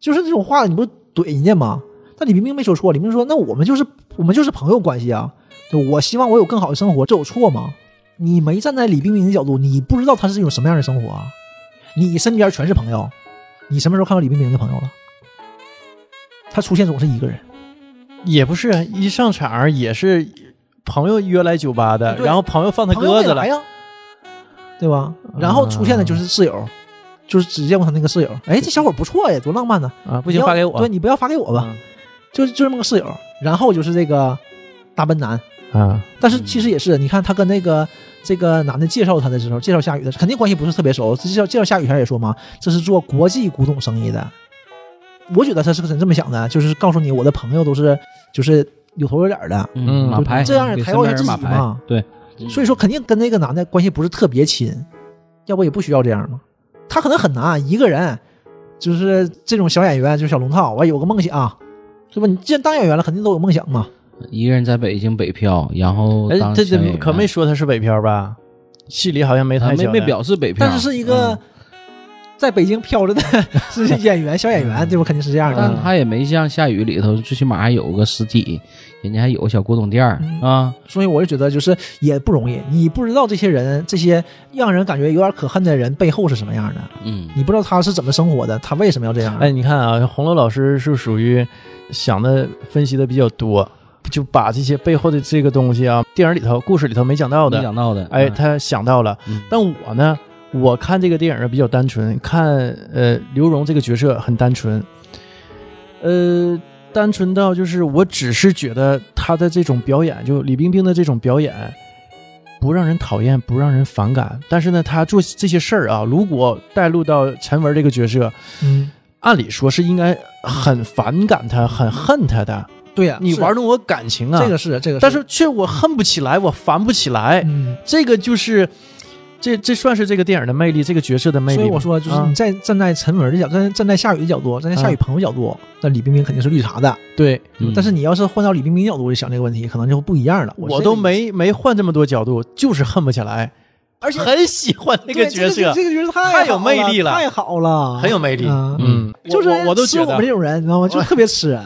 就是这种话你不怼人家吗？但李冰冰没说错，李冰冰说那我们就是我们就是朋友关系啊，对，我希望我有更好的生活，这有错吗？你没站在李冰冰的角度，你不知道她是一种什么样的生活啊！你身边全是朋友，你什么时候看到李冰冰的朋友了？她出现总是一个人，
也不是一上场儿也是朋友约来酒吧的，
对
然后朋友放他
朋友
鸽
没
子
来
了，
呀，对吧？然
嗯
后出现的就是室友，就是只见过他那个室友，哎，这小伙不错呀，多浪漫呢！
啊，不
不
行，发给我。
对你不要发给我吧，
嗯
就就这么个室友。然后就是这个大笨男，
啊，
嗯
但是其实也是，你看他跟那个这个男的介绍他的时候，介绍夏雨的时候肯定关系不是特别熟。介绍介绍夏雨前也说嘛，这是做国际古董生意的。我觉得他是个真这么想的，就是告诉你我的朋友都是就是有头有脸的，
嗯
马牌
这样
给
抬
身
高一
边人
下自己
马牌，嗯
嘛。
对，
所以说肯定跟那个男的关系不是特别亲，要不也不需要这样嘛。他可能很难啊一个人，就是这种小演员，就是小龙套，完有个梦想，是吧？你既然当演员了，肯定都有梦想嘛。
一个人在北京北漂，然后
哎
哦当，
这
小演
这
员
可没说他是北漂吧？戏里好像没
啊
太
没
交
没
代
表示北漂，嗯
但是是一个在北京飘着的是演员，小演员，对吧？肯定是这样
但
的。
他也没像下雨里头，最起码还有个实体，人家还有个小古董店儿
嗯
啊。
所以我就觉得，就是也不容易。你不知道这些人，这些让人感觉有点可恨的人背后是什么样的，
嗯，
你不知道他是怎么生活的，他为什么要这样？
哎，你看啊，红楼老师是属于想的分析的比较多，就把这些背后的这个东西啊，电影里头、故事里头没讲到
没
的，
想到的，
哎，
嗯
他想到了。
嗯
但我呢，我看这个电影比较单纯，看呃刘荣这个角色很单纯，呃，单纯到就是我只是觉得他的这种表演，就李冰冰的这种表演，不让人讨厌，不让人反感。但是呢，他做这些事儿啊，如果带入到陈文这个角色，
嗯，
按理说是应该很反感他、很恨他的，
对呀、
你
是
玩弄我感情啊，
这个是这个，
但是却我恨不起来，我烦不起来。
嗯，
这个就是，这这算是这个电影的魅力，这个角色的魅力吧。
所以我说，就是
啊
你在站在陈文的角，站站在夏雨的角度，站在夏雨朋友角度，那李冰冰肯定是绿茶的。
对
嗯
但是你要是换到李冰冰角度去想这个问题，可能就不一样了。我
我
是这个
都
意思，
没没换这么多角度，就是恨不起来，而且很喜欢那个
对
角色，
这个这个角色
太
太
有
好
魅力了
太好了，
很有魅力。
啊
嗯，
就是
我我我都
吃
觉
我
得
们这种人，你知道吗？就特别吃，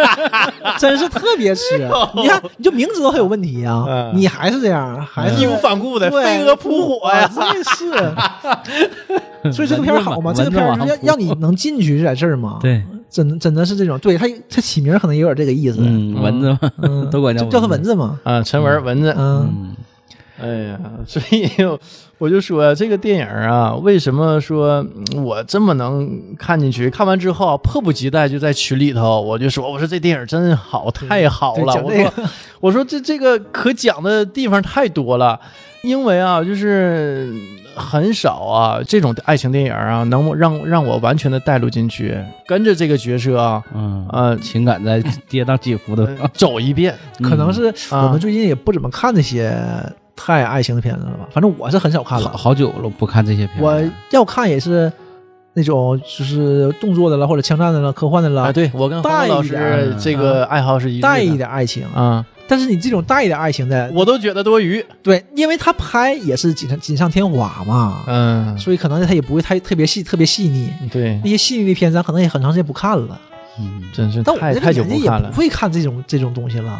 真是特别吃。你看，你就明知道他有问题啊，
嗯
你还是这样，还是
义无反顾的，
对啊
飞蛾扑火呀。
真 是。所以这个片儿好嘛？
蚊
这
子
个片儿
蚊子往上
是让
扑
让你能进去就在这儿嘛？，
对，
真真的是这种，对他他起名可能也有点这个意思，
嗯，蚊子嘛，
嗯
都管叫
就叫他蚊
子。
子嘛，
啊，陈文蚊子，
嗯，
嗯，
哎呀，所以我就说这个电影啊，为什么说嗯我这么能看进去？看完之后啊迫不及待就在群里头，我就说，我说这电影真好，太好
对
了！
讲
我
这
说
个，
我说这这个可讲的地方太多了，因为啊，就是很少啊这种爱情电影啊，能让让我完全的带入进去，跟着这个角色啊，嗯
嗯
呃，
情感在 跌宕起伏的，
走一遍。
嗯
可能是
啊
我们最近也不怎么看这些太爱情的片子了吧？反正我是很少看
好
了，
好久了不看这些片儿
我
了。
要看也是那种就是动作的了，或者枪战的了，科幻的
啊，
了，
对我跟洪
带一
老
点
师这个爱好是一致的
带一点爱情。
啊，
但是你这种带一点爱情的，
我都觉得多余。
对，因为他拍也是锦上锦上添花嘛，
嗯，
所以可能他也不会太特别细特别细腻。
对
那，些细腻的片子，咱可能也很长时间不看了。
嗯
真是
但我
太
这
太
个
久
年纪
不
也
看了
不。会看这种这种东西了，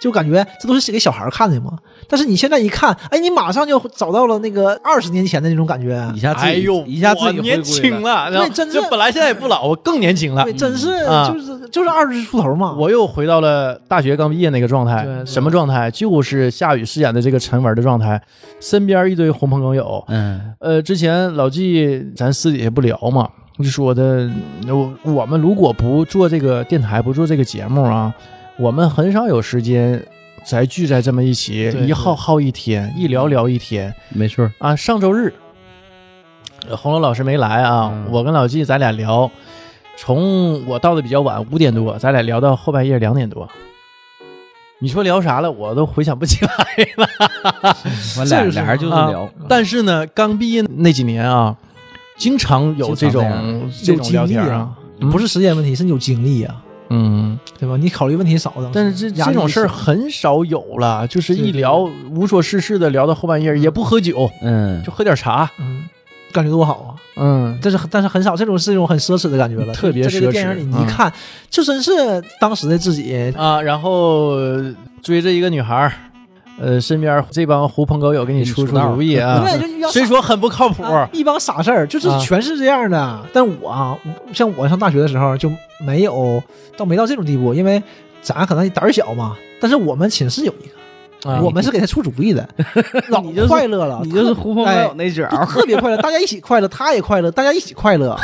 就感觉这都是给小孩看的嘛。但是你现在一看，哎，你马上就找到了那个二十年前的那种感觉。
一下自己
哎呦，
一下自己
我
回归
年轻
了，
了，然后
对真是
这本来现在也不老，我更年轻了。
对，真是、
啊
就是就是二十出头嘛。
我又回到了大学刚毕业那个状态
对，对
什么状态？就是夏雨饰演的这个陈文的状态，身边一堆狐朋狗友。
嗯
呃，之前老纪咱私底下不聊嘛，就说的，我我们如果不做这个电台，不做这个节目啊，我们很少有时间再聚在这么一起，
对
一耗耗一天，一聊聊一天。
没错儿，
啊，上周日，呃红楼老师没来啊，
嗯
我跟老纪咱俩聊，从我到的比较晚，五点多，咱俩聊到后半夜两点多。你说聊啥了？我都回想不起来了。
完俩
这就是
俩人就是
啊
聊，
但是呢，刚毕业那几年啊，经常有这
经常这
种
样
这
有
种聊
精力
天
啊
啊，，嗯
不是时间问题，是你有精力啊，
嗯，
对吧？你考虑问题少的，
但是这
压
这
力
种事儿
小
很少有了，就是
对
一
对
聊无所事事的聊到后半夜，也不喝酒，
嗯
就，喝点茶，
嗯，感觉多好啊！
嗯，
但是很但是很少，这种是一种很奢侈的感觉了，
特别
在
奢
这
侈嗯
个电影里，你一看、就真是当时的自己，
啊，然后呃追着一个女孩儿，呃，身边这帮狐朋狗友给你
给你
出
出
出
道儿
主意啊，
对，就一帮傻
虽说很不靠谱，
啊一帮傻事儿，就是
啊
全是这样的。但我啊，像我上大学的时候就没有到没到这种地步，因为咱可能胆儿小嘛。但是我们寝室有一个，
啊
我们是给他出主 意的，老
你就是
快乐了，
你就是
特
呼朋唤友那角儿，
就特别快乐，大家一起快乐，他也快乐，大家一起快乐。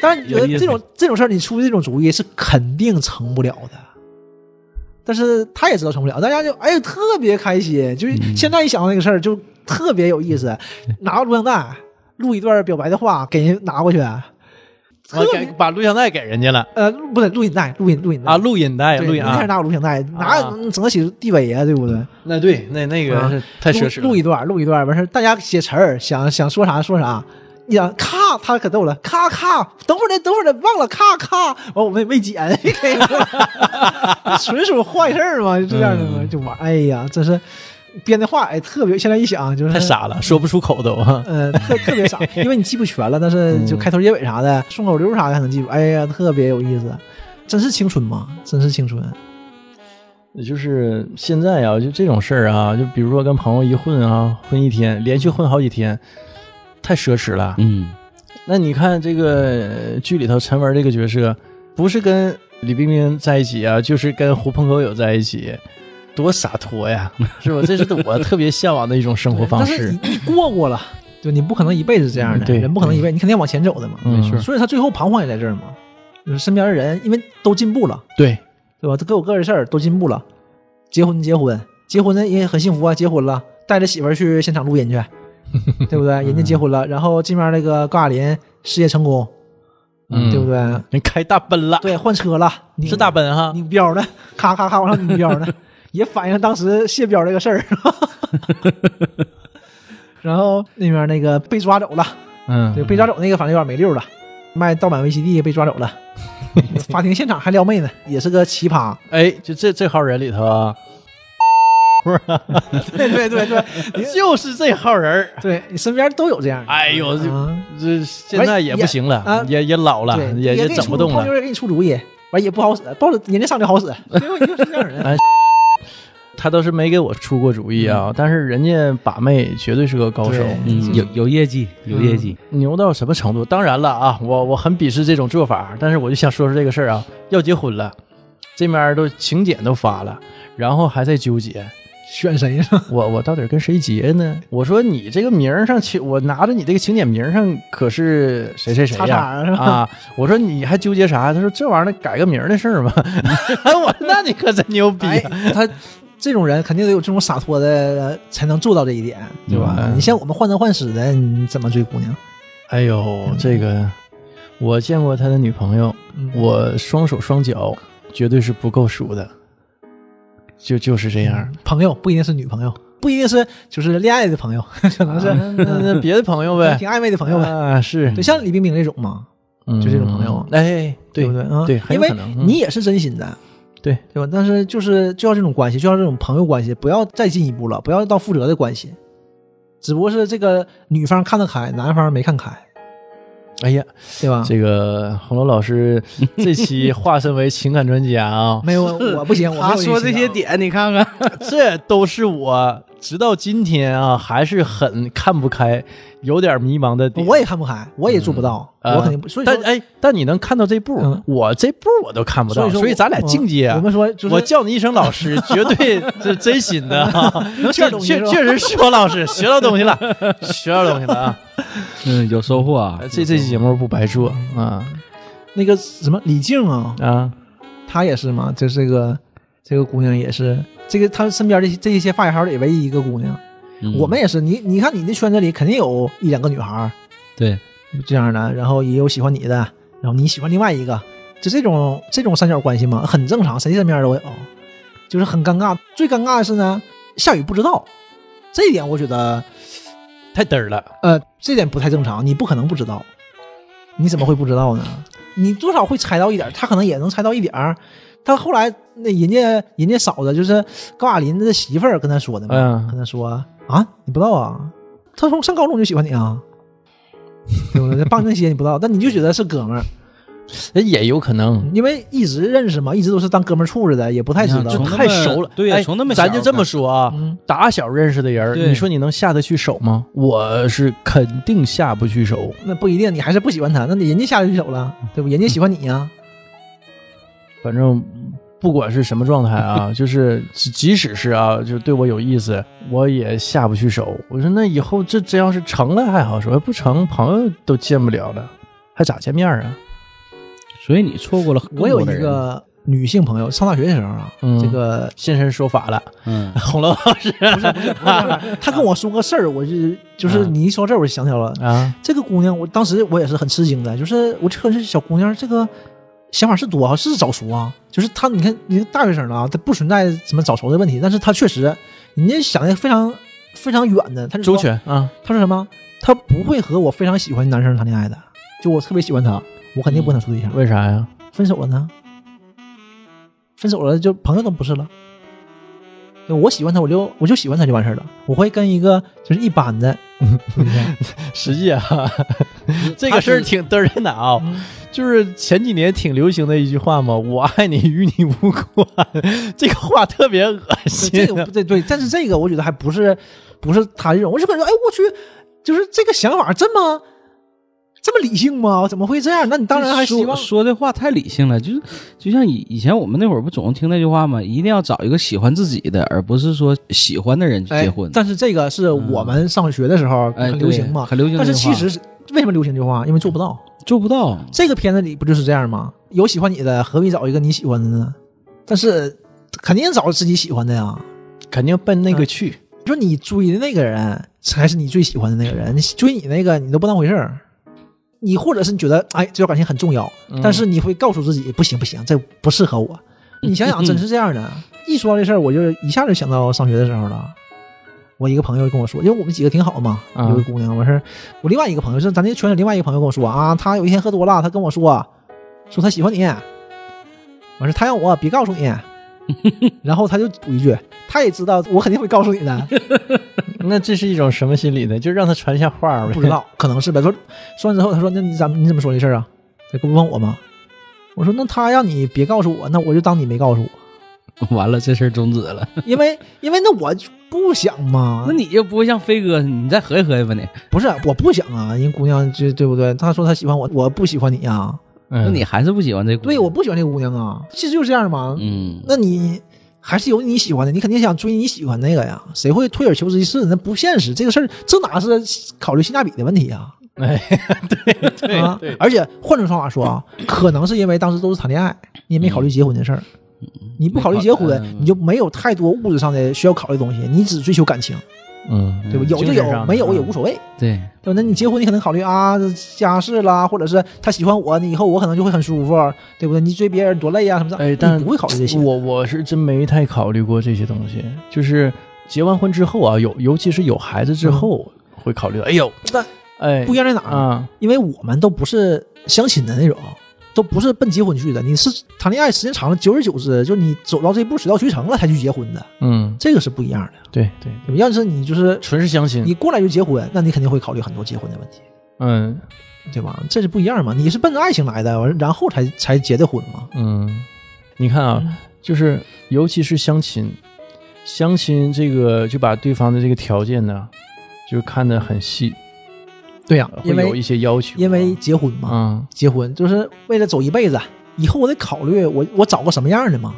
但是你觉
有
得
意思
这种这种事儿，你出这种主意是肯定成不了的。但是他也知道成不了，大家就哎呀特别开心，就是
嗯
现在一想到那个事儿就特别有意思，
嗯
拿个录像带录一段表白的话给人拿过去，特
我
别
给把录像带给人家了
呃不对，录影带，录影录影带
啊，录音带，
对
录音
你那
啊
是，哪有录像带？哪
啊
有整得起地位呀？对不对？
那对，那那个
啊
是太奢侈了
录。录一段，录一段，完事儿大家写词儿，想想说啥说啥。你想咔，他可逗了，咔咔，等会儿再等会儿再忘了，咔咔，完我们也没剪， 给我 纯属坏事儿嘛，就这样的嘛，
嗯
就玩。哎呀，真是编的话，哎，特别现在一想就是
太，傻了，说不出口都啊。
呃，特特别傻，因为你记不全了，但是
嗯
就开头结尾啥的，顺口溜啥的还能记住。哎呀，特别有意思，真是青春嘛，真是青春。
就是现在啊，就这种事儿啊，就比如说跟朋友一混啊，混一天，连续混好几天，太奢侈了。
嗯，
那你看这个呃剧里头，陈文这个角色，不是跟李冰冰在一起啊，就是跟狐朋狗友在一起，多洒脱 呀，是吧？这是我特别向往的一种生活
对
方
但是
式
你。你过过了，对，你不可能一辈子这样的，
嗯对
人不可能一辈子，你肯定要往前走的嘛。
嗯
没错
所以他最后彷徨也在这儿嘛，就是身边的人因为都进步了，
对，
对吧？他各有各的事儿，都进步了，结婚结婚，结婚人也很幸福啊，结婚了，带着媳妇儿去现场录 音去，对不对？人家结婚了，然后这边那个高亚麟事业成功，
嗯
对不对？
人开大奔了，
对，换车了，你
是大啊奔哈，
拧标呢，咔咔咔往上拧标呢， 也反映当时卸标这个事儿。 然后那边那个被抓走了，
嗯，
对，被抓走那个反正有点没溜了，卖盗版 VCD 被抓走了， 法庭现场还撩妹呢，也是个奇葩。
哎，就这这号人里头啊，
对对对对
哎就是这号人儿。
对，你身边都有这样的。
哎呦，这
啊，
这现在也不行
啊
了，也也老了
对，，
哎也也
也给你
整
出
不动
泡妞
了。
也给你出主意，完也不好使，不好使，人家上就好使，最后就是这样人。
他倒是没给我出过主意啊，但是人家把妹绝对是个高手，
对
嗯，有有业绩，有业绩，
牛到什么程度？当然了啊，我我很鄙视这种做法，但是我就想说说这个事儿啊，要结婚了，这面都请柬都发了，然后还在纠结，
选谁呢？
我我到底跟谁结呢？我说你这个名儿上请，我拿着你这个请柬名儿上可是谁谁谁
叉
呀、
叉是吧？
啊，我说你还纠结啥？他说这玩意儿改个名儿的事儿嘛。我说那你可真牛逼、啊
哎，他这种人肯定得有这种洒脱的，呃才能做到这一点，对吧？
嗯
你像我们患得患失的，你怎么追姑娘？
哎呦，这个我见过他的女朋友，
嗯
我双手双脚绝对是不够数的，就就是这样。
朋友不一定是女朋友，不一定是就是恋爱的朋友， 可能是嗯
那那那别的朋 友呗，
挺暧昧的朋友呗。
哎啊，是
对，像李冰冰这种嘛，
嗯
就这种朋友
哎，
对不对啊？
对，很
因
有
为
可能嗯
你也是真心的，
对
对吧？但是就是就要这种关系，就要这种朋友关系，不要再进一步了，不要到负责的关系。只不过是这个女方看得开，男方没看开，
哎呀，
对吧？
这个红楼老师这期化身为情感专家 啊，
没有我不行，我没有
他说这
心
些
啊
点，你看看，
这都是我直到今天啊还是很看不开、有点迷茫的点。
我也看不开，我也做不到，
啊
我肯定不。所以说
但哎，但你能看到这步，
嗯
我这步我都看不
所
到，
以说
所以咱俩
我
境界啊
我。们说就是
我叫你一声老师，绝对是真心 的啊！
学
确
东西
确
是吧
确实是我老师，学到东西了，学到东西了啊！
嗯，有收获啊，
哎
这这期节目不白做啊
那个什么李静啊，
啊！
她也是嘛，就是这个这个姑娘也是，这个她身边的这些发小里唯一一个姑娘，
嗯
我们也是，你你看你的圈子里肯定有一两个女孩儿
对，
这样的，然后也有喜欢你的，然后你喜欢另外一个，就这种这种三角关系嘛，很正常，谁身边都有，就是很尴尬。最尴尬的是呢，下雨不知道，这一点我觉得。
太嘚儿了，
呃，这点不太正常，你不可能不知道，你怎么会不知道呢？你多少会猜到一点儿，他可能也能猜到一点儿。但后来那人家人家嫂子就是高亚麟的媳妇儿跟他说的嘛，
嗯
跟他说啊，你不知道啊，他从上高中就喜欢你啊，对不对？棒那些你不知道，但你就觉得是哥们儿，
哎也有可能，
因为一直认识嘛，一直都是当哥们儿处着的，也不太知
你
道
看。从
太熟了，
对呀
哎
从那么小
咱就这么说啊，
嗯，
打小认识的人儿，
对
你说你能下得去手吗？我是肯定下不去手。
那不一定，你还啊是不喜欢他，那人家下得去手了，对不？人家喜欢你呀、
反正不管是什么状态 啊，就是即即使是啊，就对我有意思，我也下不去手。我说那以后这这要是成了还好说，不成朋友都见不了了，还咋见面啊？
所以你错过了更
我有
多
一
的人
个女性朋友，上大学的时候啊，
嗯
这个
现身说法了，
嗯，
红楼老师
不是不是不是，她跟我说个事儿，我就就是
嗯
你一说这儿我就想起来了，
啊，
这个姑娘，我当时我也是很吃惊的，就是我这可是小姑娘，这个想法是多啊，是早熟啊，就是她，你看，你看大学生了啊，她不存在什么早熟的问题，但是她确实，人家想的非常非常远的，她就
周
说，
全啊，
她说什么？她不会和我非常喜欢的男生谈恋爱的，就我特别喜欢他，我肯定不跟他处对象。
为啥呀？
分手了呢？分手了就朋友都不是了。对我喜欢他，我就我就喜欢他就完事儿了。我会跟一个就是一般的，处对象
实际 啊，这个事儿挺嘚儿的啊、就是前几年挺流行的一句话嘛，“我爱你与你无关”， 这个话特别恶
对
心啊
这。个不对对，但是这个我觉得还不是不是他这种，我就感觉哎我去，就是这个想法这么这么理性吗？怎么会这样？那你 当然还希
说
望
说这话太理性了，就是就像以以前我们那会儿不总是听那句话吗？一定要找一个喜欢自己的，而不是说喜欢的人去结婚嗯
哎。但是这个是我们上学的时候
哎，
很流行嘛
对，很流行这
但
句
是
话。
其实是为什么流行这句话？因为做不到。
做不到，
这个片子里不就是这样吗？有喜欢你的，何必找一个你喜欢的呢？但是肯定找自己喜欢的呀。
肯定奔那个去，
你说你追的那个人才是你最喜欢的那个人，你追你那个你都不当回事儿。你或者是你觉得哎这段感情很重要，但是你会告诉自己不行不行，这不适合我。你想想，真是这样
嗯
的。一说到这事儿，我就一下就想到上学的时候了。我一个朋友跟我说，因为我们几个挺好嘛，
啊
有个姑娘，完事儿，我另外一个朋友，就是咱这个圈里另外一个朋友跟我说啊，他有一天喝多了，他跟我说，说他喜欢你，完事儿他让我别告诉 你，然后他就补一句，他也知道我肯定会告诉你 的，
那这是一种什么心理呢？就让他传一下话呗。
不知，道，可能是呗。说说完之后，他说：“那你咱们你怎么说这事儿啊？”他不问我吗？我说：“那他让你别告诉我，那我就当你没告诉我，
嗯完了这事儿终止了。
因为因为那我就不想嘛
那，你就不会像飞哥，你再合计合计吧你。
不是我不想啊，人姑娘就对不对？她说她喜欢我，我不喜欢你啊，
那
那
你还是不喜欢这姑娘
对，我不喜欢这个姑娘啊，其实就是这样嘛。
嗯，
那你还是有你喜欢的，你肯定想追你喜欢那个呀，谁会退而求其次？那不现实，这个事儿这哪是考虑性价比的问题啊？
哎，对
啊
对对，，
而且换种说法 说啊，可能是因为当时都是谈恋爱，你也没考虑结婚的事儿。你不考虑
嗯
结
没
婚
考虑，嗯
你就没有太多物质上的需要考虑的东西，你只追求感情，
嗯，
对吧？
嗯
有就
精神上
有，
的
没有也
嗯
无所谓，
对，
对吧？那你结婚，你可能考虑啊家世啦，或者是他喜欢我，你以后我可能就会很舒服，啊对不对？你追别人多累啊呀、什么的，
哎但
你不会考虑这些。
我我是真没太考虑过这些东西，就是结完婚之后啊，有尤其是有孩子之后会考虑到，哎呦，
但
哎，
嗯不一样在哪儿？
啊，
因为我们都不是相亲的那种，都不是奔结婚去的。你是谈恋爱时间长了，久而久之，就你走到这一步，水到渠成了才去结婚的，
嗯，这
这个是不一样的。
对对，
对吧要是你就是
纯是相亲，
你过来就结婚，那你肯定会考虑很多结婚的问题，
嗯
对吧？这是不一样嘛，你是奔着爱情来的，完然后才才结的婚嘛。
嗯，你看啊，
嗯
就是尤其是相亲，相亲这个就把对方的这个条件呢，就看得很细，
对呀
会
因
有一
为
些要求啊，
因为结婚嘛，
嗯
结婚就是为了走一辈子，以后我得考虑我我找个什么样的嘛。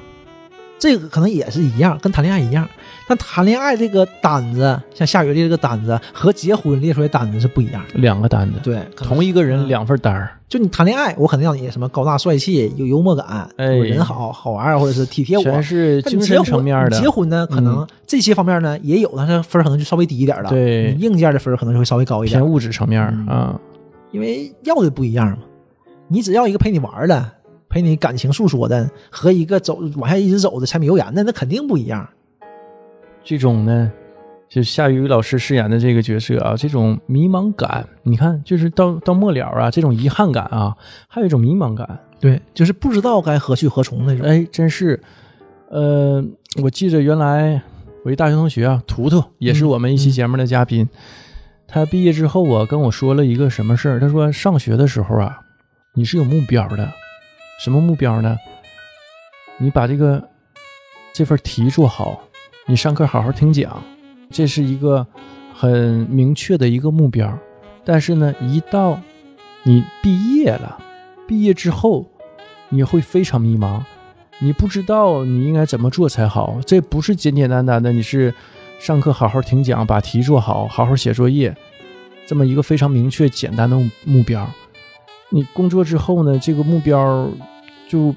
这个可能也是一样，跟谈恋爱一样。但谈恋爱这个单子，像下雨列这个单子和结婚列出来的单子是不一样的。
两个单子，
对，可能
同一个人
嗯
两份单儿，
就你谈恋爱，我肯定让你什么高大帅气、有幽默感，
哎
人好好玩儿，或者是体贴我，
全是
但你
精
结
神
婚
层面的嗯
你结，婚呢，可能这些方面呢也有，但是分儿可能就稍微低一点了。
对
你硬件的分儿可能就会稍微高一
偏
点，
物质层面儿
嗯
啊，
因为要的不一样嘛。你只要一个陪你玩儿的、陪你感情诉说的，和一个走往下一直走的柴米油盐的，那肯定不一样。
这种呢，就夏雨老师饰演的这个角色啊，这种迷茫感，你看，就是到到末了啊，这种遗憾感啊，还有一种迷茫感，
对，就是不知道该何去何从那种。
哎，真是，呃，我记着原来我一大学同学啊，图图也是
嗯
我们一期节目的嘉宾，他毕业之后啊，跟我说了一个什么事儿，他说上学的时候啊，你是有目标的，什么目标呢？你把这个这份题做好，你上课好好听讲，这是一个很明确的一个目标。但是呢，一到你毕业了，毕业之后，你会非常迷茫，你不知道你应该怎么做才好，这不是简简单单的你是上课好好听讲，把题做好，好好写作业，这么一个非常明确简单的目目标。你工作之后呢，这个目标就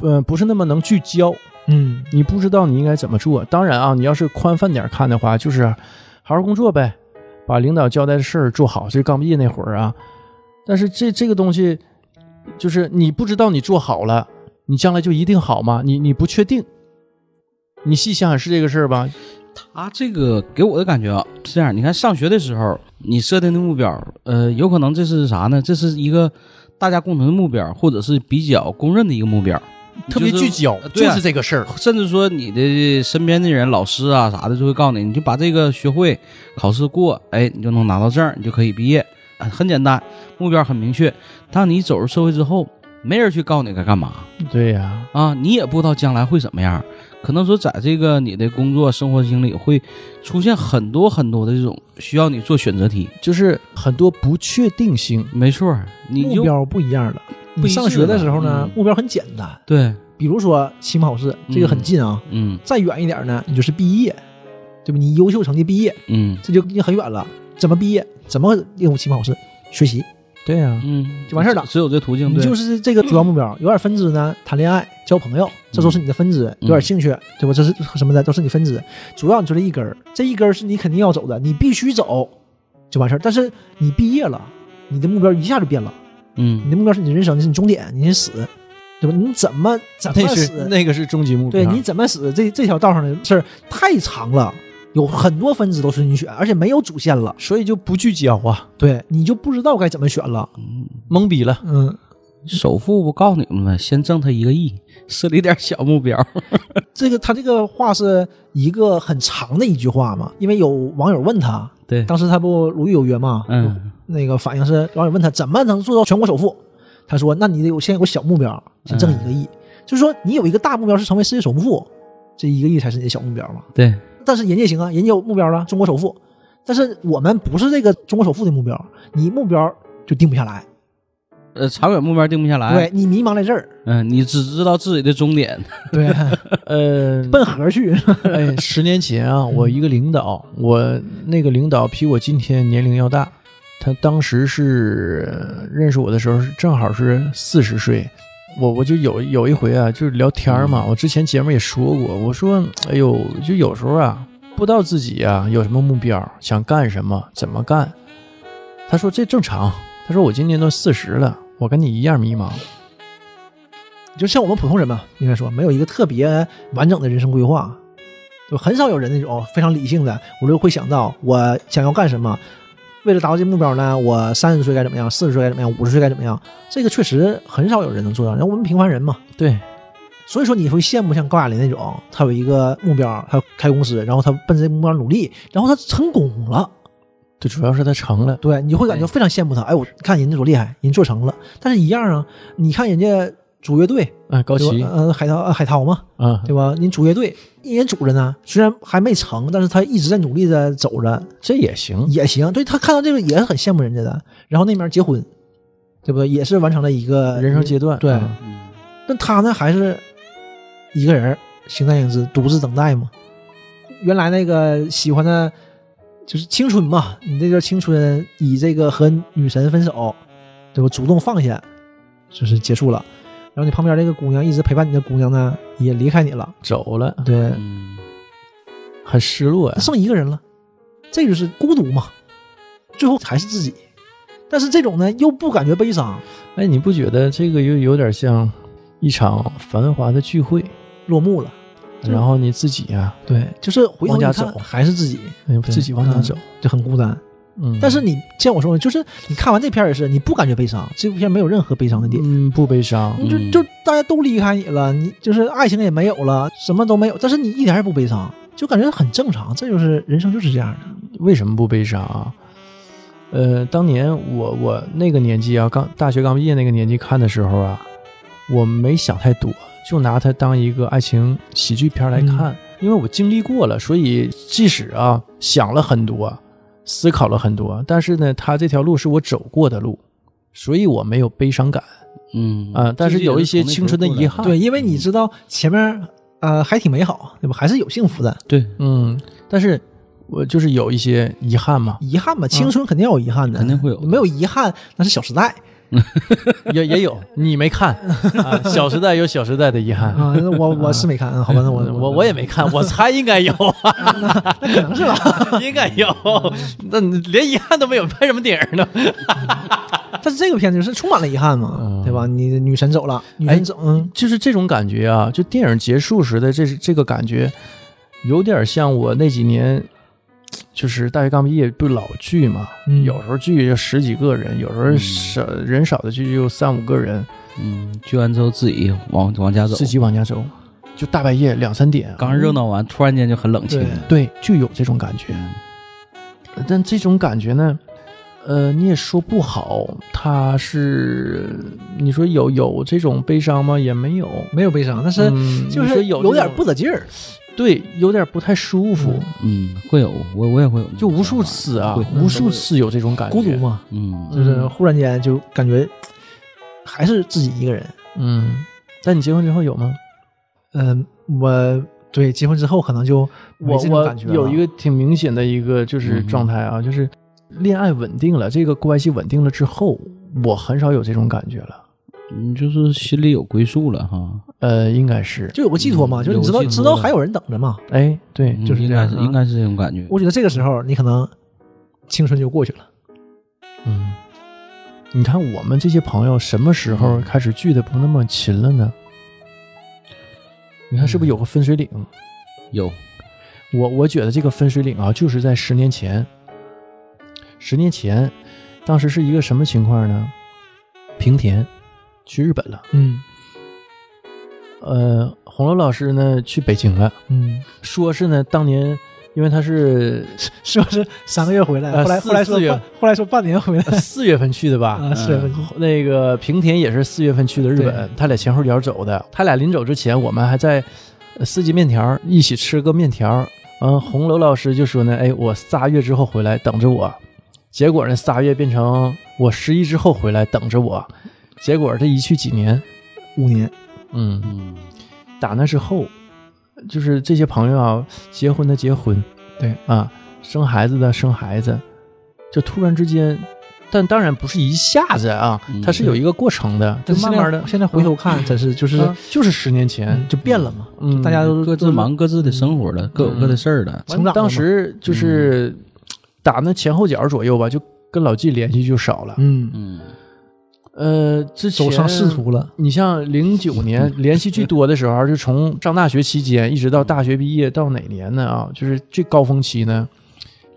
呃不是那么能聚焦，
嗯
你不知道你应该怎么做。当然啊，你要是宽泛点看的话，就是好好工作呗，把领导交代的事儿做好。这刚毕业那会儿啊，但是这这个东西，就是你不知道你做好了，你将来就一定好吗？你你不确定。你细想想是这个事儿吧？
啊，这个给我的感觉啊，是这样。你看上学的时候，你设定的目标，呃，有可能这是啥呢？这是一个大家共同的目标，或者是比较公认的一个目标，
特别
就是
聚焦，
对啊
就是呃这个事儿。
甚至说你的身边的人、老师啊啥的，就会告诉你，你就把这个学会，考试过，哎，你就能拿到证，你就可以毕业，啊很简单，目标很明确。当你走入社会之后，没人去告诉你该干嘛，
对呀、
啊，你也不知道将来会怎么样，可能说在这个你的工作生活经历会出现很多很多的这种需要你做选择题。
就是很多不确定性。
没错儿，你
目
就
标不一样了。
不
你
一致
上学的
了
时候呢，
嗯
目标很简单，
对，
比如说期末考试，这个很近啊。
嗯
再远一点呢，你就是毕业，对吧？你优秀成绩毕业，
嗯
这就已经很远了。怎么毕业？怎么应付期末考试？学习，
对呀、
嗯，
就完事儿了
只有这途径，
你
对，
就是这个主要目标。有点分支呢，谈恋爱、交朋友，这都是你的分支；有点兴趣，对吧？这是什么的，都是你分支。主要你就这一根儿，这一根儿是你肯定要走的，你必须走，就完事儿。但是你毕业了，你的目标一下就变了。你
嗯
的目标是你的人生，你是你终点，你是死，对吧？你怎么怎么
那是
死？
那个是终极目标。
对，你怎么死？这这条道上的事儿太长了，有很多分支都是你选，而且没有主线了，
所以就不聚焦啊，
对，你就不知道该怎么选了。
嗯，
懵逼了。
嗯，
首富不告诉你们吗？先挣他一个亿，设立点小目标。
这个他这个话是一个很长的一句话嘛，因为有网友问他，
对，
当时他不《如懿有约》嘛，
嗯，
那个反应是网友问他怎么能做到全国首富，他说那你得有先有个小目标，先挣一个亿，就是说你有一个大目标是成为世界首富，这一个亿才是你的小目标嘛。
对，
但是人家也行啊，人家有目标了，中国首富。但是我们不是这个中国首富的目标，你目标就定不下来，
呃，长远目标定不下来，
对你迷茫在这儿，
嗯，你只知道自己的终点，
对，
呃，
奔河去，
哎，十年前啊，我一个领导，我那个领导比我今天年龄要大，他当时是呃认识我的时候是正好是四十岁，我我就有有一回啊，就是聊天儿嘛，我之前节目也说过，我说，哎呦，就有时候啊，不知道自己啊有什么目标，想干什么，怎么干，他说这正常，他说我今年都四十了，我跟你一样迷茫，
就像我们普通人嘛，应该说没有一个特别完整的人生规划，就很少有人那种哦非常理性的，我就会想到我想要干什么，为了达到这目标呢，我三十岁该怎么样，四十岁该怎么样，五十岁该怎么样，这个确实很少有人能做到，然后我们平凡人嘛，
对，
所以说你会羡慕像高亚麟那种，他有一个目标，他开公司，然后他奔着这目标努力，然后他成功了，
这主要是他成了，
对，你会感觉非常羡慕他。哎，我看人家多厉害，人做成了，但是一样啊，你看人家组乐队，
啊，高
对
旗
吧？呃，海涛，呃海涛嘛，
啊，
对吧？人组乐队，人组着呢，虽然还没成，但是他一直在努力的走着，
这也行，
也行。对他看到这个也是很羡慕人家的。然后那边结婚，对不对？也是完成了一个
人生阶段，
对
啊
嗯，
但他呢，还是一个人儿形单影只，独自等待嘛。原来那个喜欢的，就是青春嘛，你这段青春以这个和女神分手，对吧？主动放下，就是结束了。然后你旁边这个姑娘一直陪伴你的姑娘呢，也离开你了，
走了，
对，
嗯
很失落呀、
剩一个人了，这就是孤独嘛。最后还是自己，但是这种呢又不感觉悲伤，
哎，你不觉得这个又有点像一场繁华的聚会，
落幕了。嗯
然后你自己呀、
对，就是回头
往
一
家
看
走
还是自己，
哎自己往哪走？
就很孤单。
嗯，
嗯但是你像我说的，就是你看完这片儿也是，你不感觉悲伤，这部片没有任何悲伤的点，
嗯不悲伤，
嗯
你就就大家都离开你了，你就是爱情也没有了，什么都没有，但是你一点也不悲伤，就感觉很正常，这就是人生就是这样的。
为什么不悲伤啊？呃，当年我我那个年纪啊，刚大学刚毕业那个年纪看的时候啊，我没想太多，就拿它当一个爱情喜剧片来看，因为我经历过了，所以即使啊想了很多，思考了很多，但是呢，它这条路是我走过的路，所以我没有悲伤感。
嗯
啊、但是有一些
自己
青春的遗憾。
对，，因为你知道前面呃还挺美好，对吧？还是有幸福的，
对，
嗯，但是我就是有一些遗憾嘛，
遗憾吧，青春肯定要有遗憾的，
肯定会有的
没有遗憾那是《小时 代
也也有你没看啊，《小时代》有《小时代》的遗》憾。
啊，那我我是没看，嗯好吧，那我
我我也没看，我猜应该 有啊，
那可能是 吧，
应该有。那你连遗憾都没有，拍什么电影呢？
但是这个片子就是充满了遗憾嘛
嗯，
对吧？你女神走了，女
哎
神走，嗯，
就是这种感觉啊，就电影结束时的这这个感觉，有点像我那几年，就是大学刚毕业不老聚嘛，
嗯
有时候聚就十几个人，有时候少、人少的聚就三五个人，
嗯，聚完之后自己往往家走，
自己往家走，就大半夜两三点，啊
刚热闹完，突然间就很冷清
对。
对，就有这种感觉。但这种感觉呢，呃，你也说不好，它是你说有有这种悲伤吗？也没有，
没有悲伤，但是
嗯
就
你说
是
有
有
这
点
种
不得劲儿，
对，有点不太舒服。
嗯，会有，我我也会有，
就无数，次啊
会，
无数次有这种感觉，
孤独？嘛，
嗯，
就是
嗯
忽然间就感觉还是自己一个人，
嗯，但你结婚之后有吗？
嗯，我对结婚之后可能就没
我
这种
我
感觉了
有一个挺明显的一个就是
嗯哼
状态啊，就是恋爱稳定了，这个关系稳定了之后，我很少有这种感觉了。
嗯，就是心里有归宿了哈。
呃，应该是，
就有个寄托嘛，
嗯
就是你
有
知道
个寄
知
托
道
的
还有人等着嘛，
哎，对，
嗯
就是
应
这
该
样
是
啊
应该是这种感觉。
我觉得这个时候你可能青春就过去了。
嗯，你看我们这些朋友什么时候开始聚的不那么勤了呢？你看是不是有个分水岭？
有，
我我觉得这个分水岭啊，就是在十年前。十年前，当时是一个什么情况呢？平田去日本了，
嗯
呃，红楼老师呢去北京了，
嗯，
说是呢当年因为他是
是不是三个月回来？
呃
后来
四
后来说
四月
半，后来说半年回来
呃四月份去的 吧，
啊，是
嗯
那个平田也是四月份去的日
对
本，他俩前后脚走的。他俩临走之前，我们还在呃四季面条一起吃个面条。嗯，红楼老师就说呢，哎，我仨月之后回来等着我。结果呢，仨月变成我十一之后回来等着我。结果这一去几年，
五年。
嗯，
嗯，
打那之后，就是这些朋友啊，结婚的结婚，
对
啊，生孩子的生孩子，就突然之间，但当然不是一下子啊
嗯，
它是有一个过程的，就
但是
慢慢的
现在。现在回头看，真是就是
啊就是十年前
嗯，就变了嘛，
嗯，
大家都
各自
都
忙各自的生活了，各有各的事儿了。
成长了嘛嗯
当时就是打那前后脚左右吧，就跟老纪联系就少了。
嗯，
嗯，
呃，之前
走上仕。途了。
你像零九 年联系最多的时候，就从上大学期间一直到大学毕业到哪年呢？啊，就是最高峰期呢，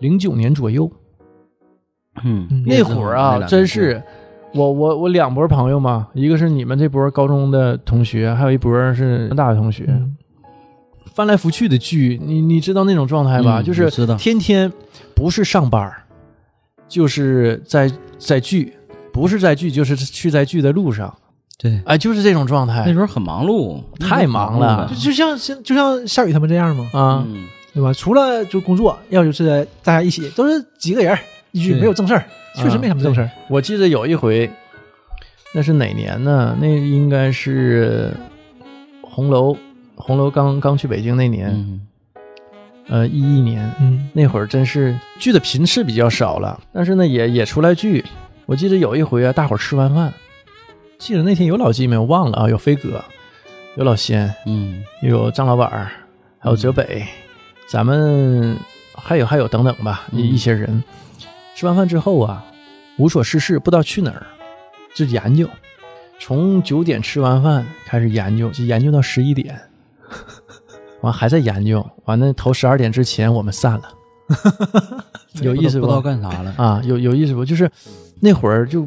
零九年左右
嗯，
那会儿啊
那，两
真
年
是我我我两波朋友嘛，一个是你们这波高中的同学，还有一波是大学同学，
嗯
翻来覆去的聚，你你知道那种状态哎吧？
嗯
就是
我知道
天天不是上班儿，就是在在聚，不是在聚就是去在聚的路上，
对，
哎，就是这种状
那
态
时候很忙碌，
太忙了
就就像像就像夏雨他们这样嘛，
啊。
嗯，
对吧？除了就工作，要就是大家一起都是几个人儿，一句
对
没有正事儿，确实没什么啊正事儿。
我记得有一回，那是哪年呢？那应该是红楼红楼刚刚去北京那年，
嗯
呃，一一年，
嗯
那会儿真是聚的频次比较少了，但是呢也也出来聚。我记得有一回啊，大伙儿吃完饭，记得那天有老纪没有我忘了啊，有飞哥，有老仙，
嗯，
有张老板儿，还有哲北，咱们还有还有等等吧，
嗯
一一些人。吃完饭之后啊，无所事事，不知道去哪儿，就研究。从九点吃完饭开始研究，就研究到十一点，完还在研究。完了，头十二点之前我们散了，有意思
不知道
不？
干啥了。
啊，有有意思不？就是那会儿就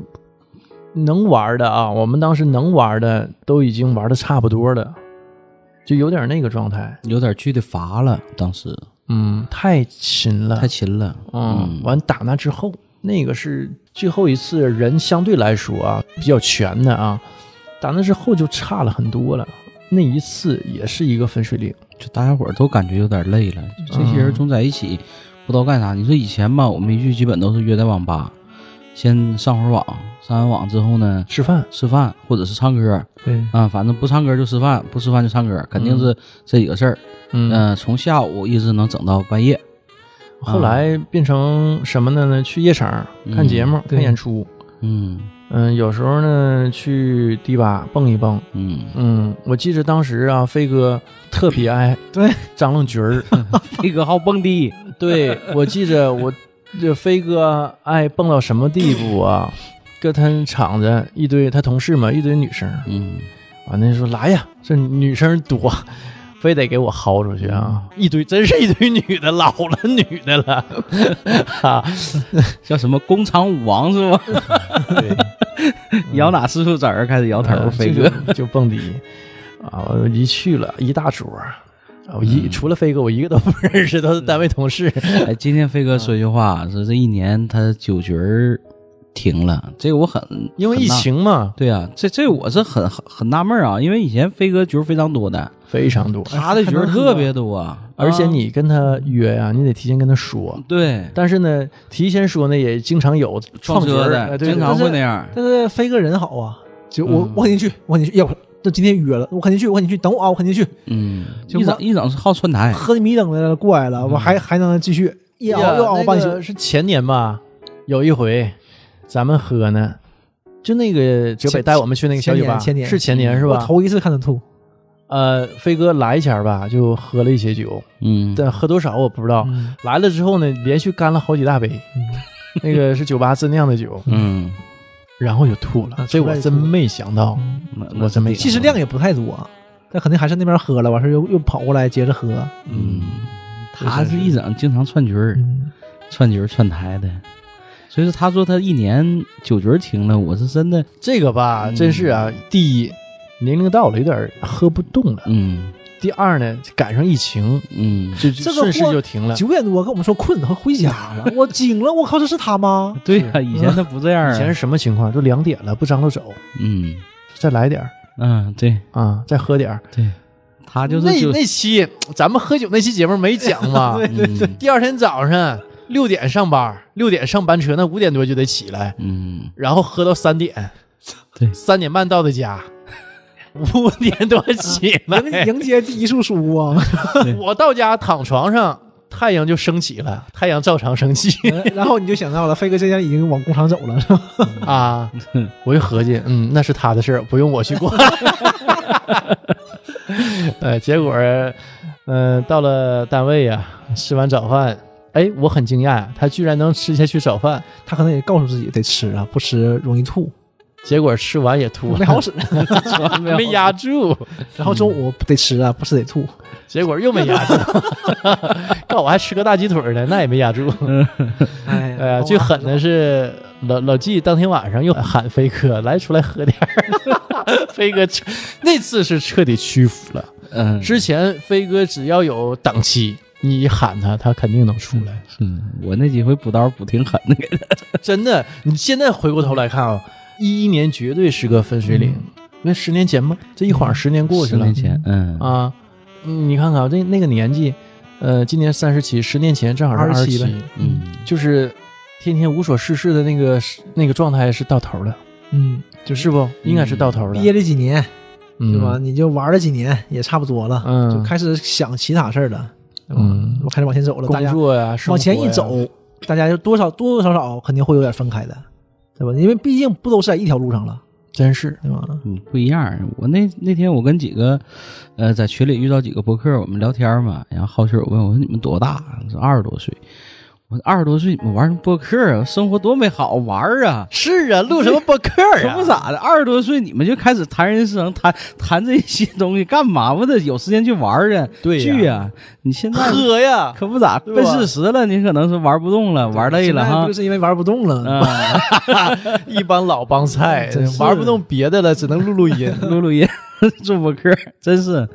能玩的啊，我们当时能玩的都已经玩的差不多了，就有点那个状态。
有点去的乏了，当时
嗯，太勤了，
太勤了。
嗯
嗯，
完打那之后，那个是最后一次人相对来说啊比较全的啊，打那之后就差了很多了。那一次也是一个分水岭，
就大家伙儿都感觉有点累了，嗯就这些人总在一起，不知道干啥。你说以前吧，我们一聚基本都是约在网吧，先上会儿网，上完网之后呢，
吃饭，
吃饭或者是唱歌
对，
啊，反正不唱歌就吃饭，不吃饭就唱歌，肯定是这几个事儿。
嗯，
嗯、从下午一直能整到半夜。
后
嗯
来变成什么呢？去夜场看节目、看
对
演出，
嗯
嗯，有时候呢去迪吧蹦一蹦。
嗯，
嗯，我记着当时啊，飞哥特别爱
对
张罗局儿，
飞哥好蹦迪，
对我记着我这飞哥爱蹦到什么地步啊？跟他厂子一堆他同事嘛，一堆女生，
嗯
完了说来呀，这女生多，非得给我薅出去啊！一堆真是一堆女的，老了女的了，啊，
叫什么工厂舞王是 吗？
对，
摇哪师傅子儿开始摇头，
呃
飞
就
哥。
就就蹦迪啊！我一去了一大桌儿，啊我
嗯
一、除了飞哥，我一个都不认识，都是单位同事。
哎，今天飞哥说一句话，说这一年他酒局儿停了，这个我很
因为
很
疫
纳
情嘛，
对啊，这这我是很很很纳闷儿啊，因为以前飞哥局儿非常多的，
非常哎多，
他的局儿特别多啊，
而且
啊
你跟他约呀、你得提前跟他说。
对
但是呢，提前说呢，也经常有
撞
创局
车
儿
的
呃对
经常
但是
会那样。
但是飞哥人好啊，就我、
嗯
我肯定去，我肯定去，要不那今天约了，我肯定去，我肯定去，等我啊，我肯定去，
嗯，
就
一
我
整一整是好串
哎
台，
喝的迷瞪的过来了，
嗯
我还还能继续一熬
呀
又熬半
那
宿，
个是前年吧，有一回咱们喝呢，就那个哲北
前
带我们去那个小酒吧，
前年前年
是前年是
我
吧？
头一次看他吐，
呃，飞哥来前儿吧，就喝了一些酒，
嗯，
但喝多少我不知道。
嗯
来了之后呢，连续干了好几大杯，那个是酒吧自酿的酒，
嗯，
然后就吐了
啊，
这
出
我
来就
真
吐了
没想到，
嗯
那
我真没想到
其实量也不太多，但肯定还是那边喝了，完事儿又又跑过来接着喝，
嗯，他是一整经常串局儿，
嗯，
串局儿串台的，所以说他说他一年酒局儿停了，我是真的，
这个吧，
嗯
真是啊，第一。年龄到了，有点儿喝不动了。
嗯
第二呢，赶上疫情，
嗯，
就就
这个
顺势
货
就停了。
九点多跟我们说困，他回家 了，我惊了，我靠，这是他吗？
对呀，以前他不这样啊，
以前是什么情况？就两点了，不张罗走，
嗯
再来点儿
嗯，对
啊，再喝点儿。
对，他就是
那
就
那期咱们喝酒那期节目没讲嘛？
嗯
第二天早上六点上班，六点上班车，那五点多就得起来，
嗯，
然后喝到三点，
对
三点半到的家，五点多起
迎
来，
迎接第一啊束 曙光，
我到家躺床上。太阳就升起了，太阳照常升起
然后你就想到了，飞哥现在已经往工厂走了，是吧？
啊！我就合计，嗯，那是他的事儿，不用我去管。呃，结果，嗯、到了单位呀、吃完早饭，哎，我很惊讶，他居然能吃下去早饭。
他可能也告诉自己得吃啊，不吃容 易吐，
结果吃完也吐了，
没好使。
没压住，
然后中午得吃啊，不吃得吐。
结果又没压住， 告我还吃个大鸡腿呢，那也没压住。
哎
哎呀，最狠的是老老纪当天晚上又喊飞哥来出来喝点儿， 飞哥彻那次是彻底屈服了。
嗯
之前飞哥只要有档期。你一喊他，他肯定能出 来。
是我那几回补刀补挺狠的，给他
真的，你现在回过头来看啊，一一年绝对是个分水岭。那十年前吗？这一晃嗯十年过去
十
了
年，前，嗯
啊，嗯你看看啊，这那个年纪，呃，今年三十七，十年前正好是二
27
七
呗，
嗯
就是天天无所事事的那个时那个状态是到头了，
嗯，
就是不？应该是到头了，
憋了几年，
嗯
对吧？？你就玩了几年，也差不多了，
嗯
就开始想其他事儿了。对吧
嗯
我开始往前走了，大
工
家
作呀，生
往前
活
一
呀，
走，大家就多少多多少少肯定会有点分开的，对吧？因为毕竟不都是在一条路上了，
真是
对吧？
嗯，不一样儿。我那那天我跟几个，呃，在群里遇到几个博客，我们聊天嘛，然后好奇我问我说你们多大？我说二十多岁。我说二十多岁你们玩什么博客啊？生活多美好玩儿啊！
是啊，录什么播客
可不咋的，二十多岁你们就开始谈人生，谈谈这些东西干嘛？不得有时间去玩儿啊？
对呀
去呀！你现在
喝呀，
可不咋，
对
奔
吧
四十了，你可能是玩不动了，玩累了
现在
哈
不就。是因为玩不动
嗯
了，
啊，
一帮老帮菜
真是
玩不动别的了，只能录录 音。
嗯录录音，做博客，真是，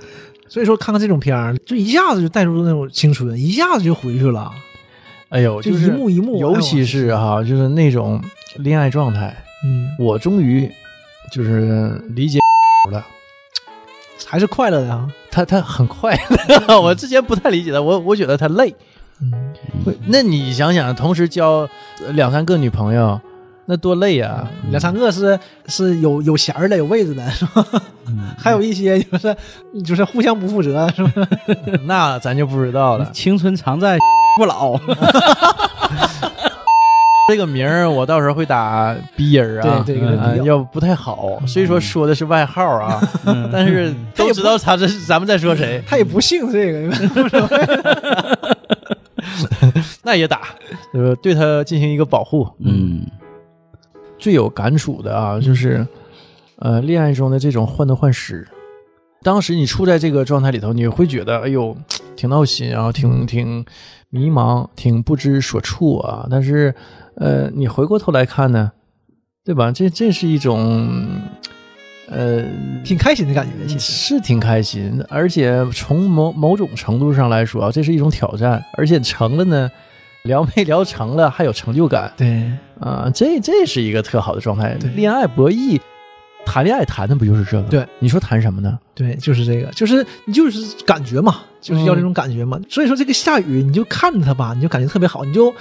所以说看看这种片儿，就一下子就带入那种青春，一下子就回去了，
哎呦，
就是一幕一幕
尤
哎
其
呦
是哈、就是那种恋爱状态，
嗯，
我终于就是理解了。
还是快乐的啊，
他他很快乐， 我之前不太理解他，我我觉得他累。
嗯，
那你想想，同时交呃两三个女朋友，那多累呀！
两三个是是有有弦儿的，有位置的，是吧？
嗯
还有一些就是就是互相不负责，是吧？
那咱就不知道
啊嗯
了。
青春常在 不 老，
这个名儿我到时候会打逼音儿啊，
对对嗯
嗯
给他
啊
逼掉
要不太好。虽说说的是外号啊，
嗯
但是都知道他这是咱们在说 谁，
他也不姓这个，
那也打，呃，对他进行一个保护。
嗯
最有感触的
嗯
啊，就是呃，恋爱中的这种患得患失。当时你处在这个状态里头，你会觉得哎呦，挺闹心啊，
嗯
挺挺迷茫，挺不知所措啊。但是，呃，你回过头来看呢，对吧？这这是一种，呃，
挺开心的感
嗯
觉。其实
是挺开心，而且从某某种程度上来说啊，这是一种挑战，而且成了呢，聊没聊成了还有成就感。
对，
啊、这这是一个特好的状态
对。
恋爱博弈，谈恋爱谈的不就是这个？
对，
你说谈什么呢？
对，就是这个，就是你就是感觉嘛，就是
嗯
要这种感觉嘛。所以说这个下雨，你就看着它吧，你就感觉特别好，你就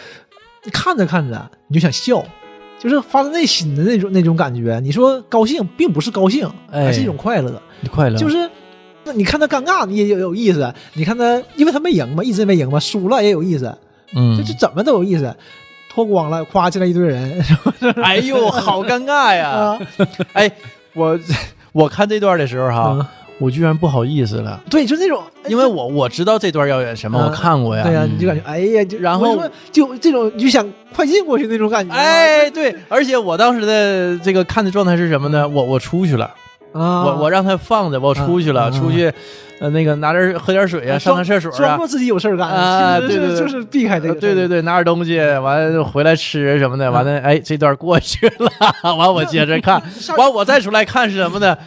看着看着你就想笑，就是发自内心的那种那种感觉。你说高兴，并不是高兴，
哎
而是一种快乐，
你快乐
就是。那你看他尴尬，你也有有意思；你看他，因为他没赢嘛，一直没赢嘛，输了也有意思，
嗯
这这怎么都有意思。脱光了，夸进来一堆人，
哎呦，好尴尬呀！
啊，
哎，我我看这段的时候哈，
嗯
我居然不好意思了，
对，就那种，哎
因为我我知道这段要演什么，
嗯
我看过呀。
对呀、
嗯
你就感觉哎呀，就
然后
我就说就这种，你就想快进过去那种感觉。啊
哎，对，而且我当时的这个看的状态是什么呢？我我出去了，
啊，
我我让他放着，我出去了，
啊
出去，呃，那个拿点喝点水啊，上
哎装
趟厕所啊
装，作自己有事儿干
啊
其实是
对对对
就是避开这个
呃
事儿。嗯
对对对，拿点东西，完了回来吃什么的，完了哎，这段过去了，完我接着看，
下
完我再出来看是什么呢？